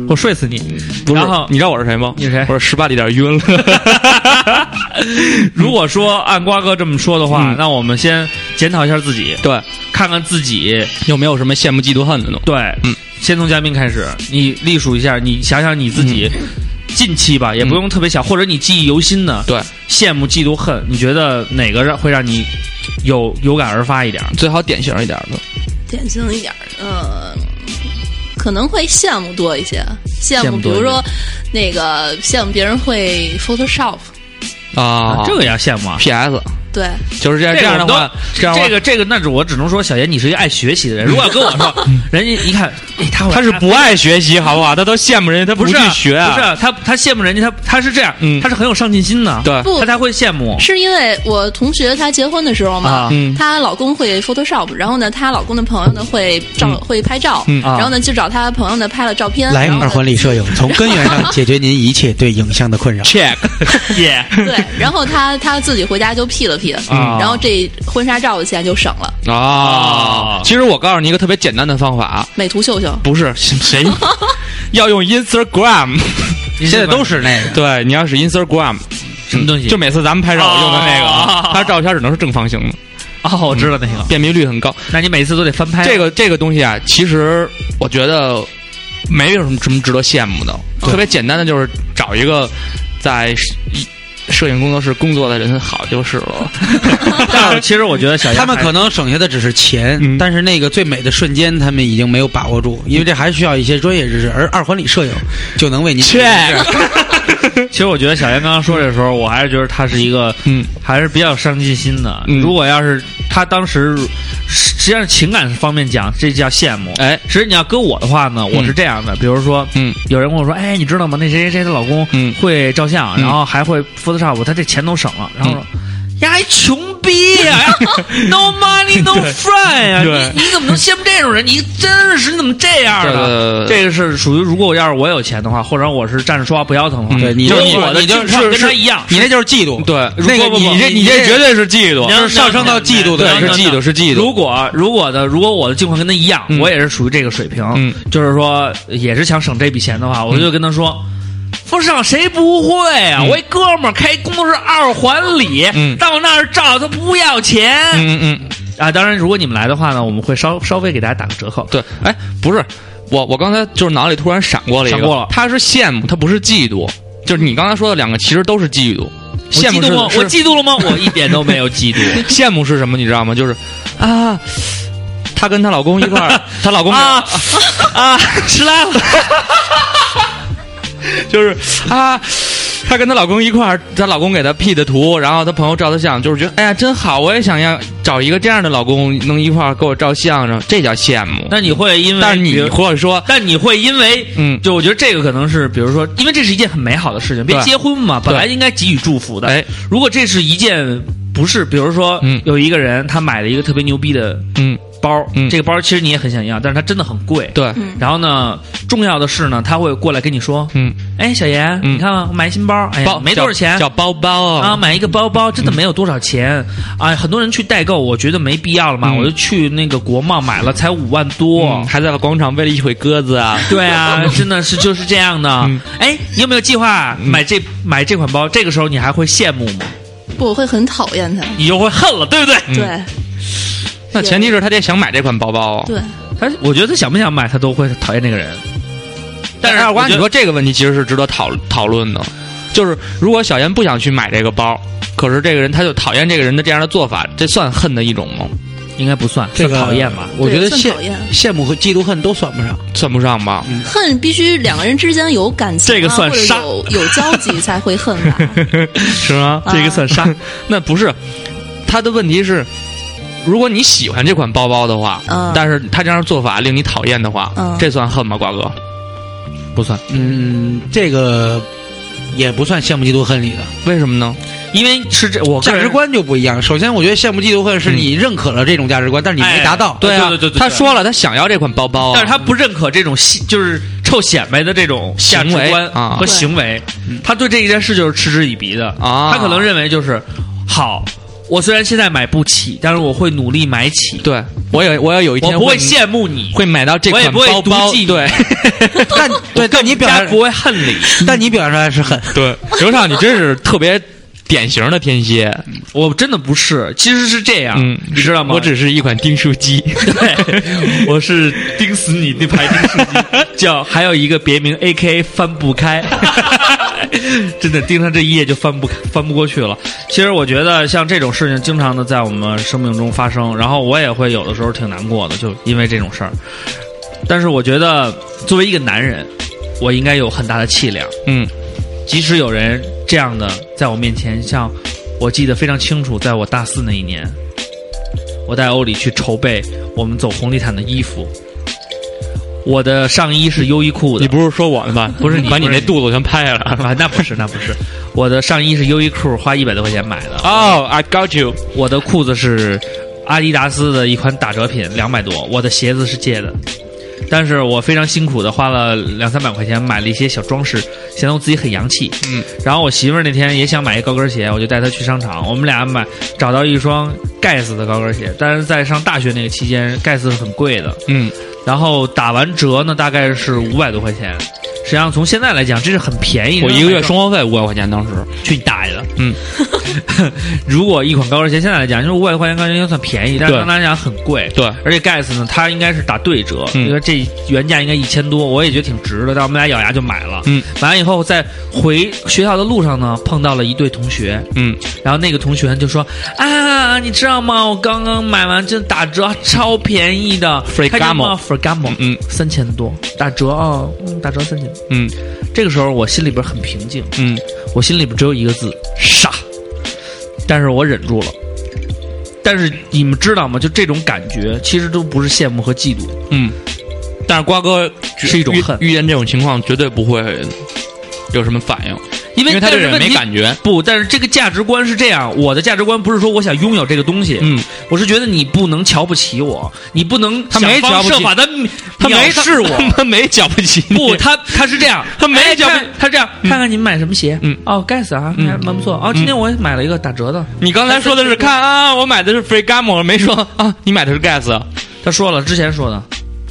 我睡死你。
不是
然后，
你知道我是谁吗？
你是谁
我是十八里店晕了。
[laughs] 如果说按瓜哥这么说的话，
嗯
那我们先检讨一下自己，
对，
看看自己
有没有什么羡慕嫉妒恨的呢？
对，
嗯，
先从嘉宾开始，你隶属一下，你想想你自己
嗯
近期吧，也不用特别想，或者你记忆犹新的，
对，
羡慕、嫉妒、恨，你觉得哪个让会让你有有感而发一点？
最好典型一点的，
典型一点儿，呃，可能会羡慕多一些，羡
羡
慕，
慕
比
多一
如
点
说那个羡慕别人会 Photoshop，
啊
这个要羡慕啊！
PS
对，
就是这样这样的话，
这
样的话
这个这个，那只我只能说，小严你是一个爱
[laughs]
学习的人。如果要跟我说，人家一看，哎他会
他是不爱学习，好不好？他都羡慕人家，他
不
去
是啊
学啊。
不是啊他他羡慕人家，他他是这样，
嗯
他是很有上进心的，
对
不
他才会羡慕。
是因为我同学她结婚的时候嘛，
啊
嗯
她老公会 Photoshop，然后呢，她老公的朋友呢会照、会拍照，
嗯啊
然后呢就找她朋友呢拍了照片，
莱
然
马
后
尔
呢
婚礼摄影，从根源上解决您一切对影像的困
[laughs]
扰。
check，耶，
对，然后她她自己回家就 P 了
啊
P，、然后这婚纱照的钱就省了，
啊！其实我告诉你一个特别简单的方法，啊
美图秀秀。
不
[laughs]
是谁要用 Instagram，
现在都是那个，
对，你要是 Instagram
什么东西
嗯就每次咱们拍照我用的那个啊
哦，
它照片只能是正方形的，
哦，我知道那个，
辨别率很高。
那你每次都得翻拍
[laughs] 这个这个东西啊，其实我觉得没有什么什么值得羡慕的，特别简单的就是找一个在摄摄影工作室工作的人好就是了。
但是其实我觉得小严
他们
还
可能省下的只是钱，
嗯
但是那个最美的瞬间，他们已经没有把握住，因为这还需要一些专业知识。而二婚礼摄影就能为
[laughs]
您
切，
其实我觉得小严刚刚说的时候，我还是觉得他是一个，
嗯，
还是比较有上进心的。
嗯
如果要是他当时，实实际上情感方面讲，这叫羡慕。
哎，
其实你要跟我的话呢，我是这样的，比如说，
嗯，
有人跟我说，哎，你知道吗？那谁谁谁的老公，
嗯
会照相，
嗯
然后还会 Photoshop，他这钱都省了。然后说，呀，还穷逼呀哎，no money no friend 呀、
对
你你怎么能羡慕这种人？你真是你怎么这样
对
呢？
对对对
这个是属于，如果要是我有钱的话，或者我是站着说话不腰疼
嗯
的话，
对你
嗯就
就是是
我的
你就
境况
是
跟他一样。
你那就是嫉妒。
对，
那个
不不不
你这
你
这
绝对是嫉妒
你，要
是上升到嫉妒的
对，
你
是
要
嫉妒，是嫉妒。
如果如果的，如果我的境况跟他一样，
嗯
我也是属于这个水平，
嗯
就是说也是想省这笔钱的话，我就跟他说。不是啊，谁不会啊？
嗯
我一哥们儿开工作室二环里，
嗯
到那儿照他不要钱、
嗯嗯。
啊！当然，如果你们来的话呢，我们会稍稍微给大家打个折扣。
对，哎，不是，我我刚才就是脑里突然闪过了一个，
闪过了
他是羡慕，他不是嫉妒，就是你刚才说的两个其实都是嫉妒。
我
羡
嫉
慕
妒
是
吗？
是
我嫉妒了吗？我一点都没有嫉妒。
羡慕是什么？你知道吗？就是啊，她跟她老公一块
[laughs]
儿，她老公啊啊，吃辣了，就是啊，她跟她老公一块儿，她老公给她 P 的图，然后她朋友照的相，就是觉得哎呀真好，我也想要找一个这样的老公，能一块儿给我照相，然后这叫羡慕。
那你会因为，
但是
比
你
如
或者说
但你会因为，
嗯
就我觉得这个可能是，比如说，因为这是一件很美好的事情，别
对
结婚嘛，本来应该给予祝福的。
哎，
如果这是一件不是，比如说，
嗯
有一个人他买了一个特别牛逼的
嗯，
包，
嗯
这个包其实你也很想要，但是它真的很贵。
对，
然后呢，重要的是呢，他会过来跟你说，
嗯，
哎，小严，
嗯
你看啊我买一新包，哎呀
包，
没多少钱，
叫叫包包
啊，
啊，
买一个包包真的没有多少钱，哎，很多人去代购，我觉得没必要了嘛，
嗯
我就去那个国贸买了，才五万多。
嗯还在广场喂了一回鸽子啊，
[laughs] 对啊，真的是就是这样的
嗯。
哎、你有没有计划买这、买这款包？这个时候你还会羡慕吗？
不，我会很讨厌他。
你就会恨了，对不对？
对、
那前提是他得想买这款包包啊。
对，
他，我觉得他想不想买，他都会讨厌这个人。但是
二瓜，
我觉
你
得
说这个问题其实是值得讨讨论的，就是如果小严不想去买这个包，可是这个人他就讨厌这个人的这样的做法，这算恨的一种吗？
应该不算，
这
算
个
讨厌吧？
我觉得
对
羡
算讨厌
羡慕和嫉妒恨都算不上。
算不上吧。
恨必须两个人之间有感情、啊，
这个算
或者
杀
有 [laughs] 有交集才会恨
[laughs]
吧。
是吗？
这个算
啊
杀？那不是，他的问题是，如果你喜欢这款包包的话，
嗯
但是他这样做法令你讨厌的话，
嗯
这算恨吗，瓜哥？不算，
嗯，这个也不算羡慕嫉妒恨里的
为什么呢？
因为是这我个
价
人
值。观就不一样。首先，我觉得羡慕嫉妒恨是你认可了这种价值观，但是你没达到。
哎对
啊，
对对对对
他说了，他想要这款包包啊、
但是他不认可这种戏就是臭显摆的这种价值
行为
观
啊嗯
和行为，他对这一件事就是嗤之以鼻的
啊
他可能认为就是好，我虽然现在买不起，但是我会努力买起，
对我有我有有一
我
天
不会
会
羡慕你，
会买到这
我也
款
不会
包包， [laughs]
妒忌你 [laughs]
对。
但对，但你表
家
现
不会恨你。
但你表现出来是很
对，刘畅，你真是特别典型的天蝎，
我真的不是，其实是这样，
嗯，
你知道吗？
我只是一款订书
[laughs]
机，
对，我是盯死你那排钉书机，叫还有一个别名 A K 翻不开， [laughs] 真的盯上这一页就翻不翻不过去了。其实我觉得像这种事情经常的在我们生命中发生，然后我也会有的时候挺难过的，就因为这种事儿。但是我觉得作为一个男人，我应该有很大的气量，
嗯，
即使有人这样的在我面前像我记得非常清楚，在我大四那一年，我带欧里去筹备我们走红地毯的衣服。我的上衣是优衣库的，
你不是说我呢吧？
不是你
把你
不
那
是
肚子全拍下来了。
啊？那不是，那不是，我的上衣是优衣库花一百多块钱买的，
哦、i got you。
我的裤子是阿迪达斯的一款打折品，两百多，我的鞋子是借的。但是我非常辛苦的花了两三百块钱买了一些小装饰，显得我自己很洋气。
嗯，
然后我媳妇儿那天也想买一高跟鞋，我就带她去商场，我们俩买找到一双盖斯的高跟鞋，但是在上大学那个期间，盖斯是很贵的。
嗯，
然后打完折呢，大概是五百多块钱。实际上从现在来讲，这是很便宜。
我一个月
生
生活费五百块钱，当时
去你大爷的！
嗯，
[laughs] 如果一款高跟鞋现在来讲，就是五百多块钱高跟鞋算便宜，但是
对
当来讲很贵。
对
而且盖茨呢，它应该是打对折，
嗯
因为这原价应该一千多，我也觉得挺值的。但我们俩咬牙就买了。
嗯，
买完以后，在回学校的路上呢，碰到了一对同学，
嗯，
然后那个同学就说：“啊，你知道吗？我刚刚买完就打折，超便宜的
Ferragamo
f r a g a m o
嗯嗯，
三千多打折啊、嗯，打折三千。”
嗯
这个时候我心里边很平静，
嗯，
我心里边只有一个字：傻。但是我忍住了。但是你们知道吗？就这种感觉，其实都不是羡慕和嫉妒，
嗯，但是瓜哥
是一种恨
遇遇见这种情况绝对不会有什么反应，
因为
因为他
但
对
是
人没
问题
感觉。
不，但是这个价值观是这样，我的价值观不是说我想拥有这个东西，
嗯，
我是觉得你不能瞧不起我，你不能
他没
想方
瞧不起
设法的，
他没
是我，
[laughs] 他没瞧不起你。
不，他他是这样，
[laughs] 他没
哎
脚
看他这样，
嗯
看看你们买什么鞋，
嗯
哦，盖茨啊，
嗯
还蛮不错，哦，今天我也买了一个打折的，
你刚才说的是看啊，我买的是 Ferragamo，没说啊，你买的是 Guess。
他说了，之前说的，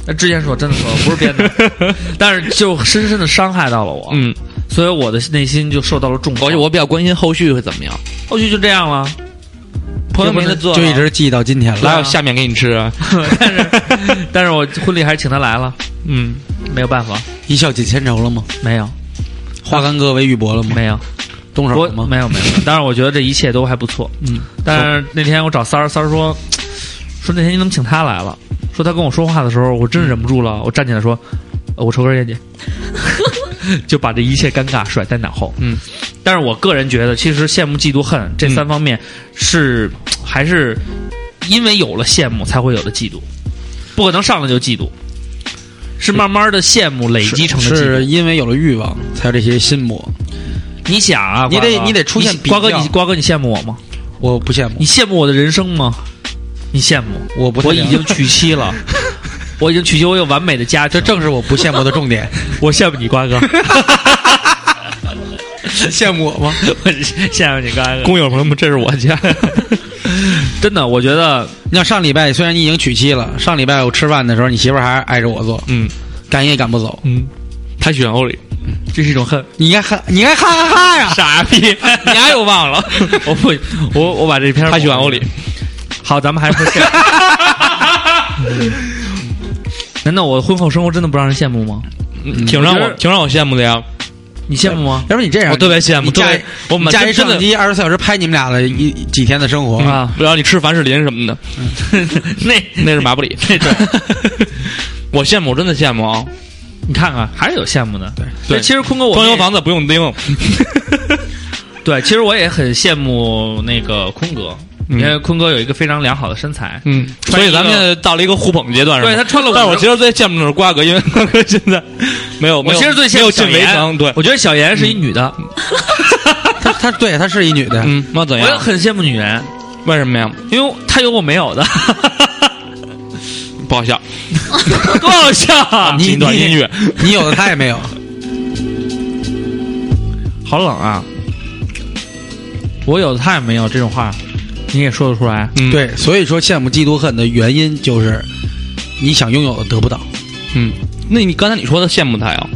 他之前说真的说了，不是编的，但是就深深的伤害到了我，
嗯，
所以我的内心就受到了重创，
而且我比较关心后续会怎么样，
后续就这样了，朋友没得做了，啊
就一直记到今天了。
哪有下面给你吃 [laughs] 啊？
但是但是我婚礼还是请他来了，
嗯，
没有办法，
一笑解千愁了吗？
没有
化干戈为玉帛了吗？
啊没有，
动手
我
了吗？
没有没有，当然我觉得这一切都还不错，
嗯，
但是那天我找三儿，三儿说说那天你怎么请他来了？说他跟我说话的时候，我真忍不住了，我站起来说，呃我抽根烟去。 [laughs] 就把这一切尴尬甩在脑后。
嗯，
但是我个人觉得，其实羡慕、嫉妒、恨
嗯
这三方面是、还是因为有了羡慕才会有了嫉妒，不可能上来就嫉妒，是慢慢的羡慕累积成的嫉妒
是。因为有了欲望，才有这些心魔。
你想啊，
你得
瓜哥
你得出现比
瓜哥，
较
你瓜哥，你羡慕我吗？
我不羡慕
你，羡慕我的人生吗？你羡慕？
我不太
我
了
已
解
经娶妻了， [laughs] 我已经娶妻，我有完美的家庭
这。正是我不羡慕
[laughs]
的重点。
我羡慕你瓜 [laughs] 哥，
羡慕我吗？
我羡慕你瓜
[laughs]
哥。
工友朋友们，这是我 [laughs] 家。
真的，我觉得
你像上礼拜，虽然你已经娶妻了，上礼拜我吃饭的时候，你媳妇儿还挨着我做，
嗯
赶也赶不走。
嗯，他喜欢欧里，
这是一种恨。
你该哈，你该哈哈哈
[laughs]
呀！
傻逼，你还又忘 [laughs] 了？
[laughs] 我不，我我把这篇
他喜欢欧里。
好，咱们还是说羡慕。难道我婚后生活真的不让人羡慕吗？
挺让
我觉
我
得
挺让我羡慕的呀。
你羡慕吗？
要不你这样，
我特别羡慕
你架
特别我
你
们
架
真
一
真的嗯
相机，二十四小时拍你们俩的一几天的生活
啊
不然后你吃凡士林什么的，
[laughs] 那
那是马布里。 [laughs] 我羡慕，我真的羡慕啊！
你看看，还是有羡慕的。对，
对
其实坤哥我
装修
也嗯
房子不用钉，
对，其实我也很羡慕那个坤哥，因为坤哥有一个非常良好的身材。
嗯，所以咱们现在到了一个互捧阶段，是吧
对他穿了50
但是我其实最羡慕的是瓜哥，因为瓜哥现在没有，
我其实最羡
没
慕
有
小
进围
严，
城，对，
我觉得小严是一女的，
她她对她是一女的，
嗯，那怎
我也
样？
很羡慕女人，
为什么呀？
因为她有我没
[laughs]
有的，
不好笑，
多好笑啊！
进一段音乐，
[laughs] 你有的她也没有。
好冷啊！我有的他也没有这种话，你也说得出来。
嗯，
对，所以说羡慕嫉妒恨的原因就是你想拥有的得不到。
嗯，那你刚才你说的羡慕他呀？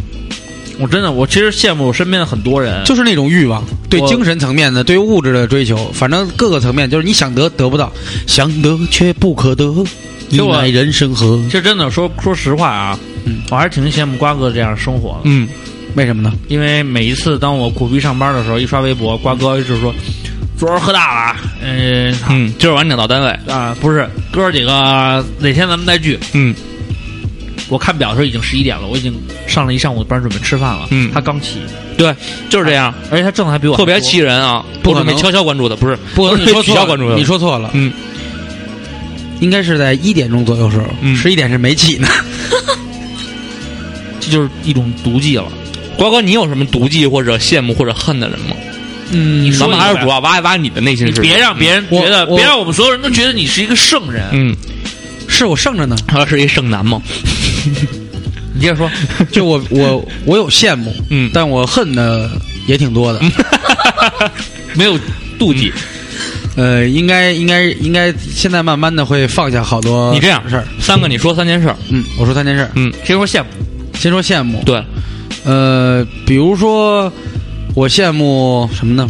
我真的，我其实羡慕我身边的很多人，
就是那种欲望，对
我
精神层面的、对物质的追求，反正各个层面，就是你想得得不到，想得却不可得，
其
你
实我
乃人生何？
其实真的说说实话啊，
嗯
我还是挺羡慕瓜哥这样的生活的，
嗯，
为什么呢？
因为每一次当我苦逼上班的时候，一刷微博，瓜哥就是说昨儿喝大了啊，嗯、
嗯，今儿晚上到单位，
啊，不是哥儿几个哪天咱们再聚，
嗯，
我看表的时候已经十一点了，我已经上了一上午班准备吃饭了。
嗯
他刚起，哎
对，就是这样，
而且他挣的还比我还
特别
多
气人啊！
不
我
可
准备
能
悄悄关注的，不是，
不可能，
我
你
准备
说
取
错 [laughs]
消
了，
关注的，
你说错了，
嗯，
应该是在一点钟左右时候，
嗯
十一点是没起呢。
这就是一种毒计了。
瓜哥，你有什么妒忌或者羡慕或者恨的人吗？
[laughs] 嗯
说
咱们
一个
还是
呗
主要挖一挖你的内心世界，
别让别人
我
觉得，
我
别让我们所有人都觉得你是一个圣人。
嗯，
是我剩着呢，
他是一剩男吗？
你接着说，
就我我我有羡慕，
嗯
但我恨的也挺多的，
没有妒忌，
呃，应该应该应该现在慢慢的会放下好多。
嗯
你这样
事儿，
三个你说三件事儿，
嗯，我说三件事儿，
嗯，
先说羡慕。
先说羡慕，
对，
呃，比如说我羡慕什么呢？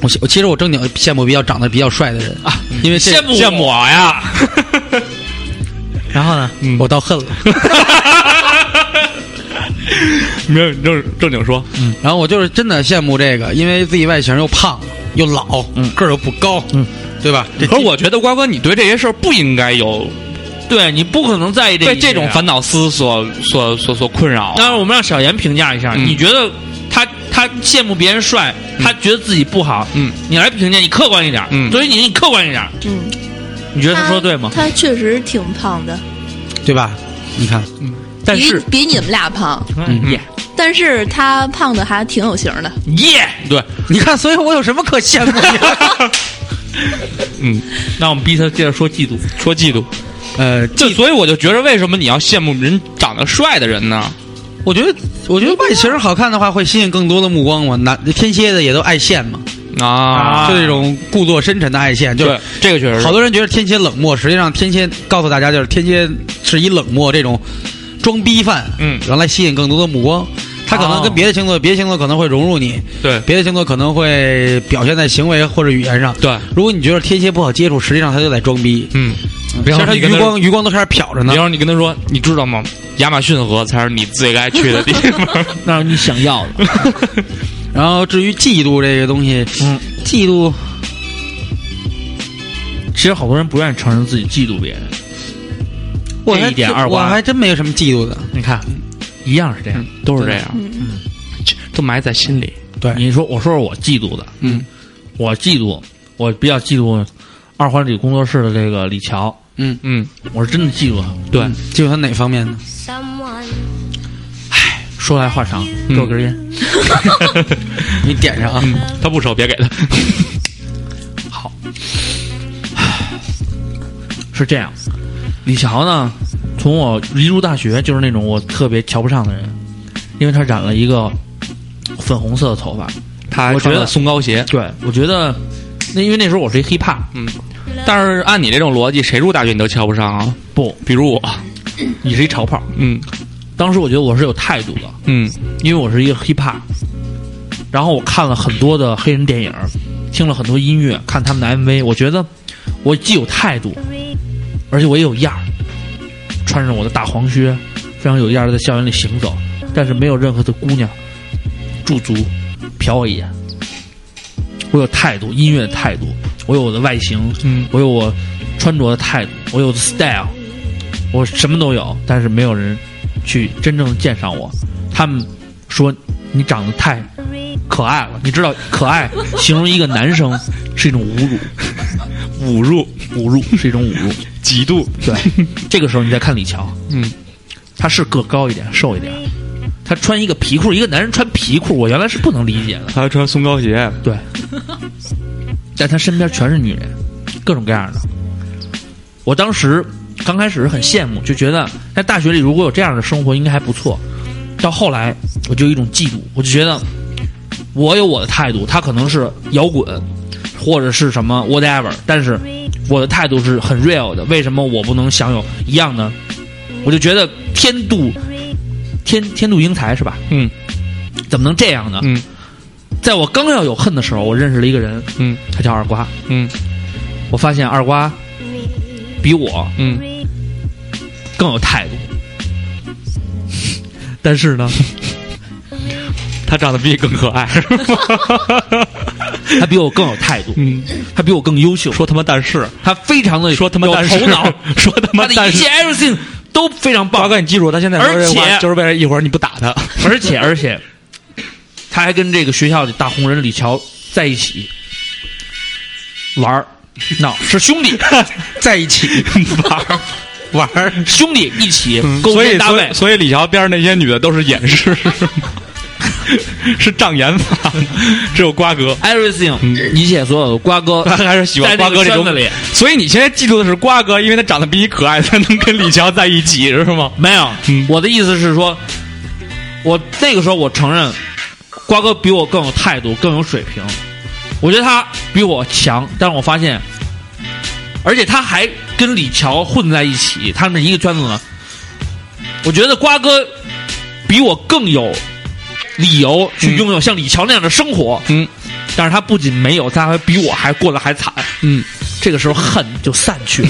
我羡我其实我正经羡慕比较长得比较帅的人啊，因为这
羡慕
羡慕我呀，
[laughs] 然后呢？
我倒 [laughs] 恨了。
没有正正经说，
然后我就是真的羡慕这个，因为自己外形又胖又老，个儿又不高，嗯，对吧？这
可是我觉得瓜哥，你对这些事儿不应该有
对你不可能在意这
被
一
这
切
种
啊
烦恼丝所所所所困扰。啊
当然，我们让小严评价一下，
嗯
你觉得他他羡慕别人帅，他觉得自己不好，
嗯，
你来评价，你客观一点，
嗯
所以你你客观一点，
嗯，
你觉得他说的对吗？
他确实挺胖的，
对吧？你看，
但
比
是，
比你们俩胖，
嗯耶
但是他胖的还挺有型儿的。
耶，
对，
你看，所以我有什么可羡慕的？
嗯，
那我们逼他接着说嫉妒，
说嫉妒，
[laughs] 呃，
就所以我就觉得，为什么你要羡慕人长得帅的人呢？
我觉得，我觉得外形好看的话，会吸引更多的目光嘛。男天蝎的也都爱现嘛，
啊，
就这种故作深沉的爱现，就是
对，这个确实是
好多人觉得天蝎冷漠，实际上天蝎告诉大家，就是天蝎是以冷漠这种装逼犯，
嗯
然后来吸引更多的目光。他可
哦
能跟别的星座，别的星座可能会融入你，
对
别的星座可能会表现在行为或者语言上。
对，
如果你觉得天蝎不好接触，实际上他就在装逼。
嗯，
其
然后
实他
你跟
余
他
光余光都开始瞟着呢
比。方说你跟他说，你知道吗？亚马逊河才是你最该去的地 [laughs] 方。
那你想要的，
然后至于嫉妒这个东西，
嗯，
嫉妒
其实好多人不愿意承认自己嫉妒别人，
我
这
还
一点
真
二
我
瓜
还真没有什么嫉妒的。
你看，一样是这样。
都是这样，
嗯，
都埋在心里。
对，
你说，我说说我嫉妒的，
嗯，
我嫉妒，我比较嫉妒二环里工作室的这个李乔，
嗯，
嗯，
我是真的嫉妒他。
对，
嫉妒他哪方面呢？
说来话长，
嗯
给我根烟。 [laughs]
你点上啊。
嗯
他不收，别给他。
是这样，李乔呢，从我一入大学就是那种我特别瞧不上的人，因为他染了一个粉红色的头发。
[laughs] 他
我觉得
穿了松糕鞋，
对，嗯我觉得那因为那时候我是一 hiphop，
但是按你这种逻辑，谁入大学你都瞧不上啊？
不，
比如我，
你是一潮炮。
嗯
当时我觉得我是有态度的，
嗯
因为我是一个 hiphop。然后我看了很多的黑人电影，听了很多音乐，看他们的 MV，我觉得我既有态度，而且我也有样儿，穿上我的大黄靴，非常有样儿地在校园里行走，但是没有任何的姑娘驻足瞟我一眼。我有态度，音乐的态度，我有我的外形，
嗯，
我有我穿着的态度，我有我的 style，我什么都有，但是没有人去真正鉴赏我。他们说你长得太可爱了，你知道可爱形容一个男生是一种侮辱，
侮辱、
侮辱是一种侮辱。
嫉妒，
对，这个时候你再看李乔，
嗯，
他是个高一点，瘦一点，他穿一个皮裤，一个男人穿皮裤，我原来是不能理解的。
他还穿松糕鞋，
对，但他身边全是女人，各种各样的。我当时刚开始是很羡慕，就觉得在大学里如果有这样的生活应该还不错。到后来我就有一种嫉妒，我就觉得我有我的态度，他可能是摇滚或者是什么 whatever，但是我的态度是很 real 的，为什么我不能享有一样呢？我就觉得天妒天天妒英才是吧？
嗯
怎么能这样呢？
嗯
在我刚要有恨的时候，我认识了一个人，
嗯
他叫二瓜。
嗯
我发现二瓜比我
嗯，
更有态度，但
[laughs]
是呢，
他长得比你更可爱，是吗？
他比我更有态度，
嗯，
他比我更优秀，
说他妈但是，
他非常的
说他妈
有
但是
头脑，
[laughs] 说他妈
他的
但
一
是
切 everything 都非常棒
瓜。哥，你记住，他现在说这话
而且
就是为了一会儿你不打他。
而且而且，他还跟这个学校的大红人李乔在一起玩儿闹，是兄 [laughs] 弟在一起玩儿玩儿，嗯兄弟一起勾
嗯所
肩
以
搭
所
背
以。所以李乔边上那些女的都是掩饰， [laughs] 是障眼法，只有瓜
[laughs]
哥。
Everything，一切所有的瓜 [laughs] 哥
还是喜欢瓜哥这种
在那个圈子里，
所以你现在记住的是瓜哥，因为他长得比你可爱，才能跟李乔在一起，是吗？ [laughs]
没有，
嗯
我的意思是说，我那个时候我承认，瓜哥比我更有态度，更有水平。我觉得他比我强，但是我发现，而且他还跟李乔混在一起，他们是一个圈子呢。我觉得瓜哥比我更有理由去拥有像李乔那样的生活。
嗯，
但是他不仅没有，他还比我还过得还惨。
嗯，
这个时候恨就散去了。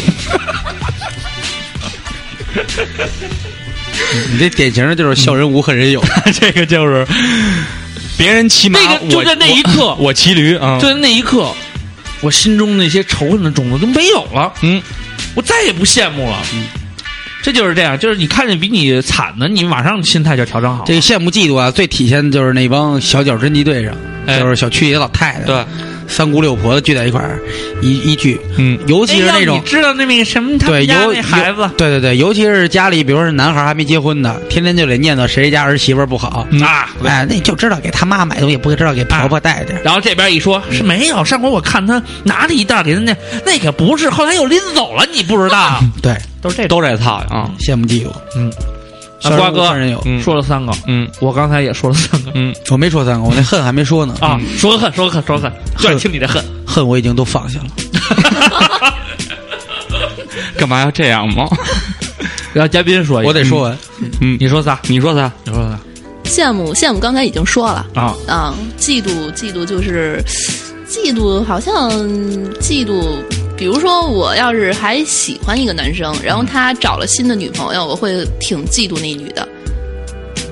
你这典型的就是笑人无恨人有，
这个就是别人骑马，
那个就
我
在那一刻
我我骑驴啊，
就在那一刻，我心中那些仇恨的种子都没有了，
嗯，
我再也不羡慕了。这就是这样，就是你看见比你惨的，你马上心态就调整好。
这个羡慕嫉妒啊，最体现的就是那帮小脚侦缉队上，
哎
就是小区里的老太太，
对，
三姑六婆的聚在一块儿，一一聚，
嗯，
尤其是
哎
那
要
种
你知道那那什么哎他
对
们家
尤
那孩子
尤，对对对，尤其是家里，比如说是男孩还没结婚的，天天就得念叨谁家儿媳妇儿不好，
啊，
哎，那你就知道给他妈买东西，不知道给婆婆带点儿。
然后这边一说，是没有。上回我看他拿着一袋给他那那个不是，后来又拎走了，你不知道，
对，
都是这种。
都这套啊，
羡慕嫉妒。
啊瓜哥
人有，
嗯
说了三个，
嗯
我刚才也说了三个
嗯，
我没说三个，我那恨还没说呢。
啊，说个恨，说个恨，说个恨，就想听你的恨。
恨我已经都放下了。
干嘛要这样吗？
让嘉宾说一个，
我得说完，
嗯，
你说仨，
你说他，
你说
羡慕羡慕，刚才已经说了
仨啊。
啊，嫉妒嫉妒就是嫉妒，好像嫉妒。比如说，我要是还喜欢一个男生，然后他找了新的女朋友，我会挺嫉妒那女的。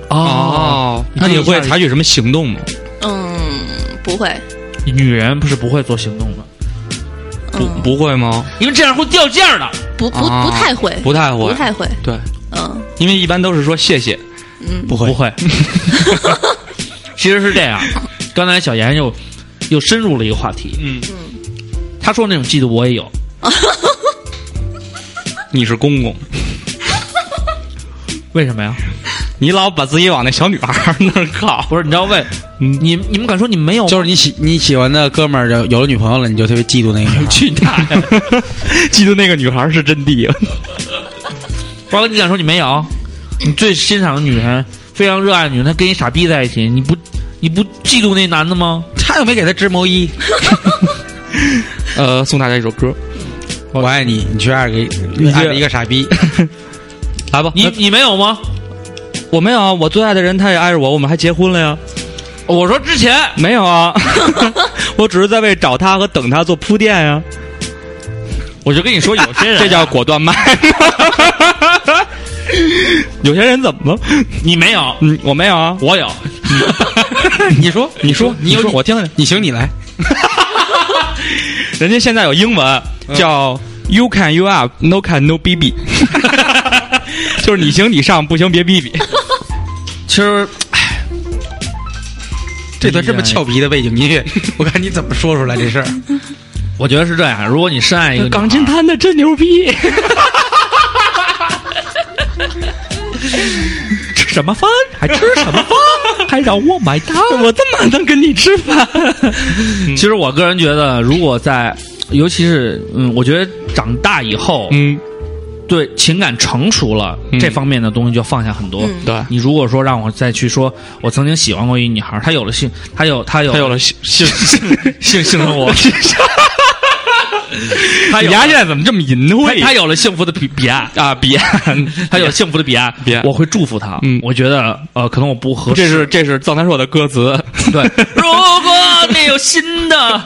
哦，那你会采取什么行动吗？
嗯，不会，
女人不是不会做行动的，
不
嗯，
不会吗？
因为这样会掉价儿的。
不不
啊
不太会，
不太
不
会，
太会，
对，
嗯
因为一般都是说谢谢，
嗯，
不会
不会，其实是这样。刚才小严又又深入了一个话题，
嗯，
他说那种嫉妒我也有，
你是公公，
为什么呀？
你老把自己往那小女孩儿那儿 [laughs] 靠，
不是，你知道为
嗯。
你你们敢说你没有吗？
就是你喜你喜欢的哥们儿有有了女朋友了，你就特别嫉妒那个女孩
去你大爷！嫉妒那个女孩儿是真啊谛，
瓜哥，你敢说你没有？你最欣赏的女人，非常热爱的女人，她跟一傻逼在一起，你不你不嫉妒那男的吗？
他又没给他织毛衣，
呃，送大家一首歌，
我爱你，你却爱给爱了一个傻逼。
来吧，
你你没有吗？
我没有啊，我最爱的人他也爱着我，我们还结婚了呀。
我说之前
没有 [laughs] 啊，我只是在为找他和等他做铺垫呀、
我就跟你说，有些 [laughs] 人啊
这叫果断卖。有些人怎么了？
你没有，
嗯，我没有啊。
我有。
[laughs] 你说，你说，你说，我听听。
你行，你来。
[laughs] 人家现在有英文叫 “You can you up, no can no bb”，就是你行你上，不行别逼逼。
其实
[laughs] 这段这么俏皮的背景音乐，我看你怎么说出来这事 [laughs] 儿。
我觉得是这样，如果你
哎
深爱一个女孩儿
弹的真牛 [laughs] 逼，
吃什么饭，还吃什么饭，还让我买单。
[laughs] 我这么能跟你吃饭？
其实我个人觉得，如果在，尤其是嗯，我觉得长大以后，
[laughs] 嗯，
对情感成熟了，
嗯
这方面的东西就放下很多。
嗯
对，
你如果说让我再去说，我曾经喜欢过一女孩儿，她有了性，她有她有
他有了性性
性性生
[laughs]
活，她
你
有
丫现在怎么这么淫
她
秽？
她有了幸福的彼彼岸。
啊，别，
[laughs] 她有幸福的彼岸，
彼岸
我会祝福她。
嗯
我觉得呃，可能我不合适
这。是这是藏传朔的歌 [laughs] 词，
对，如果你有新的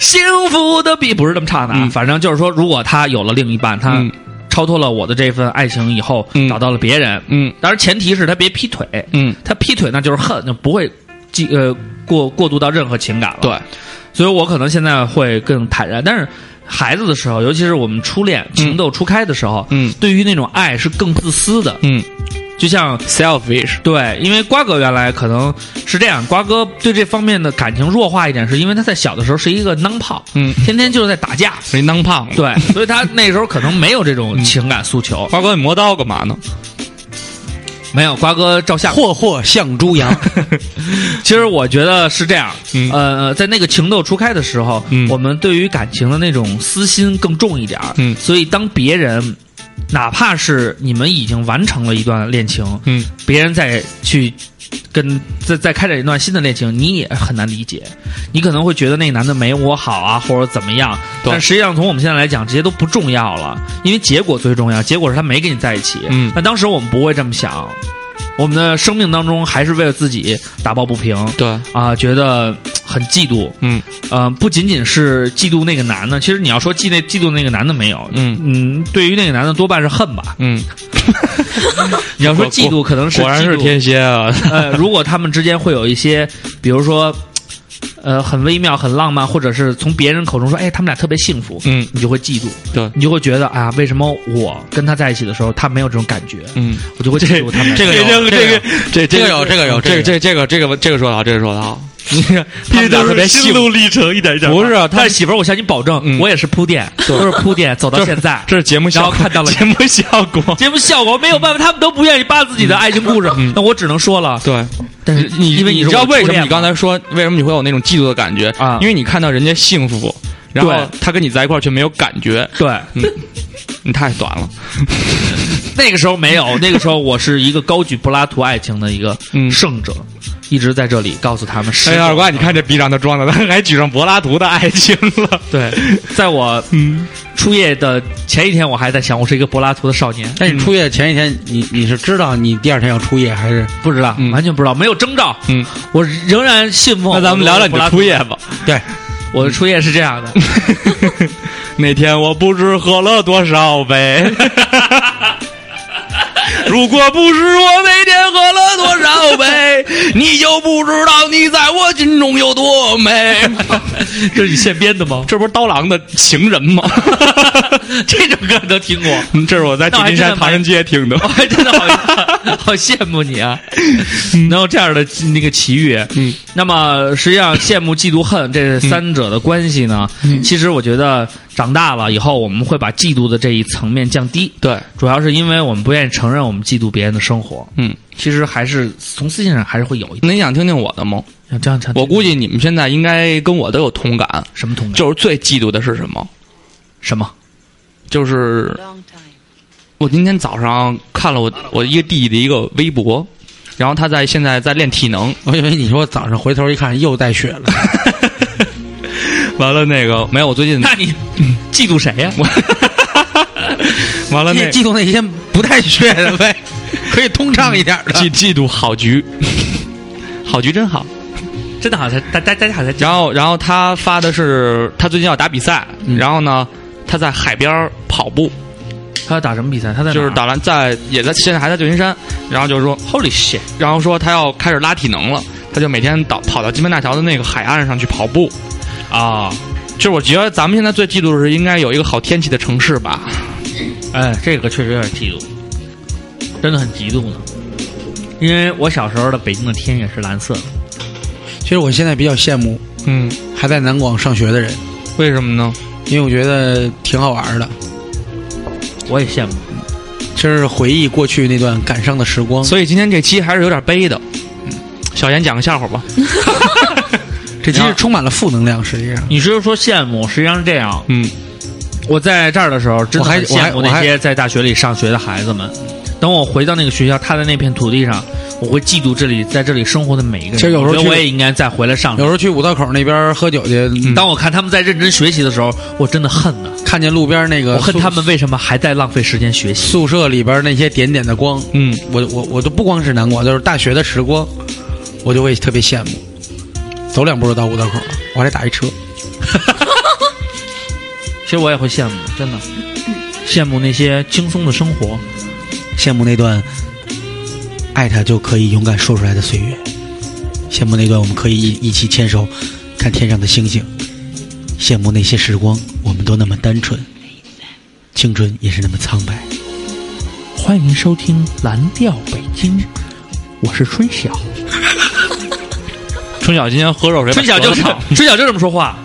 幸福的比，不是这么唱的啊，
嗯
反正就是说，如果他有了另一半，他
嗯
超脱了我的这份爱情以后，
嗯
找到了别人，
嗯
当然前提是他别劈腿，
嗯，
他劈腿那就是恨，那不会记呃过过渡到任何情感了。
对，
所以我可能现在会更坦然，但是孩子的时候，尤其是我们初恋、情窦初开的时候，
嗯
对于那种爱是更自私的。
嗯
就像
，selfish，
对，因为瓜哥原来可能是这样，瓜哥对这方面的感情弱化一点，是因为他在小的时候是一个囊炮，
嗯
天天就是在打架，
谁当胖了？，
对，所以他那时候可能没有这种情感诉求，
瓜哥，你磨刀干嘛呢？
没有瓜哥照相。
霍霍向猪 [laughs] 羊，
其实我觉得是这样，
嗯
呃，在那个情窦初开的时候，
嗯
我们对于感情的那种私心更重一点儿，
嗯
所以当别人。哪怕是你们已经完成了一段恋情，
嗯，
别人再去跟再再开展一段新的恋情，你也很难理解。你可能会觉得那个男的没我好啊，或者怎么样，
对
但实际上从我们现在来讲，这些都不重要了，因为结果最重要。结果是他没跟你在一起。
嗯
那当时我们不会这么想，我们的生命当中还是为了自己打抱不平
对，
啊、觉得嘖很嫉妒。
嗯
呃，不仅仅是嫉妒那个男的，其实你要说嫉那嫉妒那个男的没有，
嗯
嗯，对于那个男的多半是恨吧。
嗯，
你要说嫉妒，可能是
果然是
嫉妒 [laughs]
天蝎啊！
呃，如果他们之间会有一些，比如说，呃，很微妙、很浪漫，或者是从别人口中说，哎，他们俩特别幸福，
嗯
你就会嫉妒，
[laughs] 对
你就会觉得啊，为什么我跟他在一起的时候，他没有这种感觉，
嗯，
我就会嫉妒他们。
这个有
这
这个这
这个有这个有
这个这这个这个这个说的好，这个说的
[laughs]
好。你看，他们俩特别幸福，
历程，一点一点
不是啊他
但是媳妇儿，我向你保证，
嗯
我也是铺垫，都是铺垫，走到现在。
这是节目效
然
果，
后看到了
节目效
[laughs]
果。
节目效果没有办法，他们都不愿意扒自己的爱情故事，那我只能说了。
嗯对，
但是
你
因为
你
是
知道
我的
为
初
什么
恋
你刚
嘛
才说为什么你会有那种嫉妒的感觉
啊
因为你看到人家幸福，然后
对
他跟你在一块儿却没有感觉，
对
你太短了。
那个时候没
[laughs]
有，那个时候我是一个高举柏拉图爱情的一个
嗯
胜者，一直在这里告诉他们是。
哎呀，二瓜，你看这逼让他装的，他还举上柏拉图的爱情了。
[laughs]
[laughs]
对，在我
嗯
初夜的前一天，我还在想我是一个柏拉图的少年，
哎
但哎是你出夜前一天，你你是知道你第二天要出夜还是？
不知道，
嗯
完全不知道，没有征兆，
嗯，
我仍然信奉。
那咱们聊聊你的初夜吧。
对，
我的初夜是这样的，
[laughs] 那天我不知喝了多少
[laughs]
杯。如果不是我那天喝了多少
[laughs]
杯，你就不知道你在我心中有多美。
[laughs] 这是你现编的吗？
这不是刀郎的《情人》吗？
[laughs] 这种歌都听过，
嗯这是我在旧金山唐人街听的
[laughs] 我。还哎真的好 [laughs] 好羡慕你啊！能有这样的那个奇遇，
嗯，
那么实际上羡慕、嫉妒、恨这三者的关系呢，
嗯
其实我觉得长大了以后，我们会把嫉妒的这一层面降低，
对，
主要是因为我们不愿意承认我们嫉妒别人的生活，
嗯，
其实还是从私信上还是会有一点
那 [laughs] 你想听听我的吗？
像这样这样
嗯我估计你们现在应该跟我都有同感，
什么同感？
就是最嫉妒的是什么？
什么？
就是我今天早上看了我我一个弟弟的一个微博，然后他在现在在练体能， [laughs]
我以为你说早上回头一看又带血了，
完了那个没有，我最近
那你嫉妒谁呀、
嗯我 [laughs] 完了
[laughs] 你
那
也嫉妒那些不带血的呗，可以通畅一点的。
[laughs] 嫉嫉妒好局，好局真好。
真的好像大家大家好像
然后然后他发的是他最近要打比赛，然后呢他在海边儿跑步，
他要打什么比赛？他在哪儿啊
就是打篮在也在现在还在旧金山，然后就是说
Holy shit！
然后说他要开始拉体能了，他就每天到跑到金门大桥的那个海岸上去跑步。
啊，
就是我觉得咱们现在最嫉妒的是应该有一个好天气的城市吧。
哎，这个确实有点嫉妒，真的很嫉妒呢。因为我小时候的北京的天也是蓝色的，
其实我现在比较羡慕
嗯，
还在南广上学的人，
为什么呢？
因为我觉得挺好玩的，
我也羡慕。
就是回忆过去那段感伤的时光。
所以今天这期还是有点悲的。嗯，小严讲个笑话吧。
这其实充满了负能量，实际上。
你是说羡慕？实际上是这样，
嗯，
我在这儿的时候，真的很
我还
羡慕
我还
那些在大学里上学的孩子们。等我回到那个学校，踏在那片土地上，我会嫉妒这里在这里生活的每一个人。
其实有时候
我觉得
去
我也应该再回来上
有
学。
时候去五道口那边喝酒去，
当我看他们在认真学习的时候，我真的恨呐、
看见路边那个
我恨
宿
他们为什么还在浪费时间学习。
宿舍里边那些点点的光，
嗯，
我我我都不光是南广，就是大学的时光，我就会特别羡慕。走两步就到五道口了，我还得打一车。
其实我也会羡慕，真的羡慕那些轻松的生活。
羡慕那段爱他就可以勇敢说出来的岁月，羡慕那段我们可以一一起牵手看天上的星星，羡慕那些时光，我们都那么单纯，青春也是那么苍白。
欢迎收听《蓝调北京》，我是春晓。春晓今天喝热水，
春晓就是
吵，
春晓就这么说话，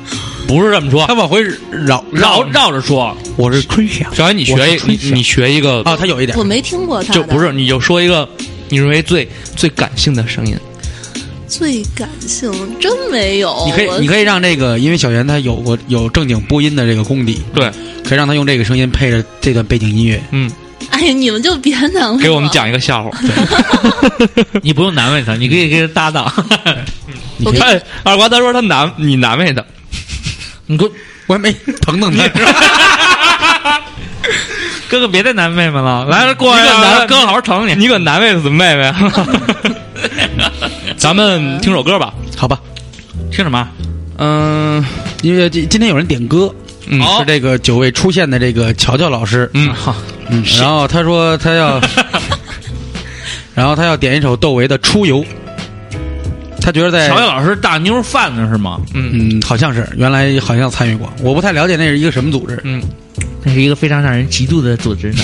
不是这么说
他。往回绕
绕绕着说，
我是春晓
小安，你学一你你学一个
啊，他有一点
我没听过他
就
的，
不是你就说一个你认为最最感性的声音。
最感性，真没有。
你可以，你可以让这个，因为小袁他有过有正经播音的这个功底，
对，
可以让他用这个声音配着这段背景音乐。
嗯，
以，哎呀，你们就别难为
给我们
了。
讲一个
[laughs]
笑话。
你不用难为他，你可以跟他搭档。
我给
哎，二瓜他说他难你难为他，
你给我
我还没疼疼他，
哥哥别再难妹妹了，来过来，
嗯你可难
哥哥好好疼你。
你可难为死妹妹。咱们听首歌吧。
好吧？
听什么？
嗯
呃因为今今天有人点歌，
嗯，
是这个九位出现的这个乔乔老师，
嗯，
嗯，然后他说他 [laughs] 要，然后他要点一首窦唯的《出游》，他觉得在
乔乔老师大妞犯的是吗？
嗯，好像是原来好像参与过，我不太了解那是一个什么组织，
那是一个非常让人嫉妒的组织呢，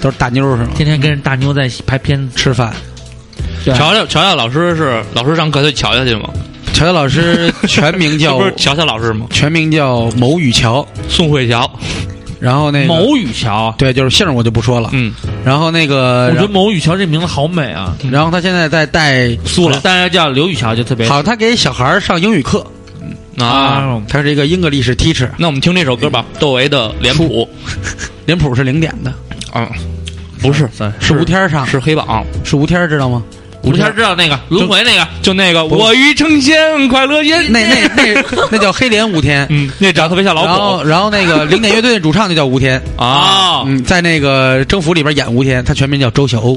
都是大妞儿是吗？
天天跟着大妞在一起拍片子。
吃饭，
乔乔乔乔老师是老师上课就瞧瞧去吗？
乔乔老师全名
这
[laughs] 叫
不是乔乔老师吗？
全名叫某雨乔，
宋慧乔，
然后那个
某雨乔，
哎对，就是姓儿我就不说了。
嗯，
然后那
我
个，
觉
然
得
后
某雨乔这名字好美啊，
然后他现在在带
素了。大家叫刘雨乔就特别
好像他给小孩儿上英语课，
啊。
啊，
他是一个英格历史 teacher，
那我们听这首歌吧，
嗯
窦唯的《脸谱
[laughs]
脸谱是零点的，》
啊，不是
是吴天儿上，
是黑榜，
是吴天儿知道吗？
吴天知道那个轮回那个，
就那个
是
我欲成仙，快乐仙。
那那那那叫黑脸吴天，
嗯，那长得特别像
然
老
后
虎
然后那个零点乐队的主唱就叫吴天，
啊。
嗯，在那个征服里边演吴天，他全名叫周晓鸥，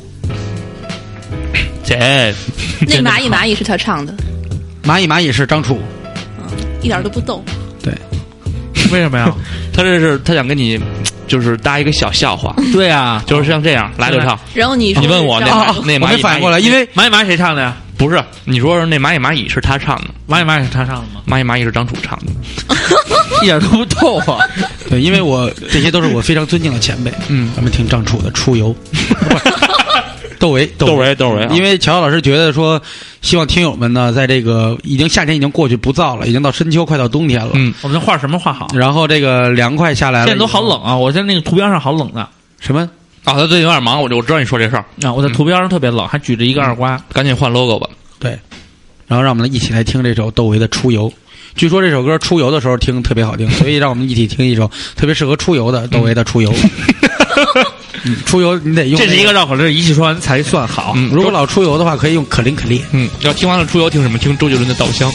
这
那蚂蚁蚂蚁是他唱的，
蚂蚁蚂蚁是张楚，
一点都不逗。
为什么呀？
他这是他想跟你就是搭一个小笑话，
[laughs] 对啊呀，
就是像这样来就唱。
然后你说
啊你问我
是
那
张
蚂
楚
那哎
我
蚂
没
蚁
反应过
蚂
来，
蚁，
因为
蚂蚁蚂蚁谁唱的呀？
不是你说是那蚂蚁蚂蚁是他唱的，
蚂蚁蚂蚁是他唱的吗？
蚂蚁蚂蚁是张楚唱的。
一点都不逗
[laughs]
啊！
对，因为我这些都是我非常尊敬的前辈，
嗯
咱们听张楚的《出游》，窦唯，
窦唯窦
哎
唯啊
因为乔乔老师觉得说，希望听友们呢，在这个已经夏天已经过去不燥了，已经到深秋快到冬天了，
嗯，
我们这画什么画 [laughs] 好？啊
然后这个凉快下来了，
现在都好，冷啊！我在那个图标上好冷的
什么？
啊，他最近有点忙，我就我知道你说这事儿，
啊！我在图标上特别冷，还举着一个二瓜。
赶紧换 logo 吧。
对，然后让我们一起来听这首窦唯的《出游》。据说这首歌出游的时候听特
[laughs]
别好听，所以让我们一起听一首特别适合出游的窦唯的《出游》。
[laughs]
嗯，出游你得用
这是一
那
个绕口令，一气说完才算好。
嗯，
如果老出游的话，可以用可伶可俐。
嗯，要听完了出游听什么？听周杰伦的《稻香》。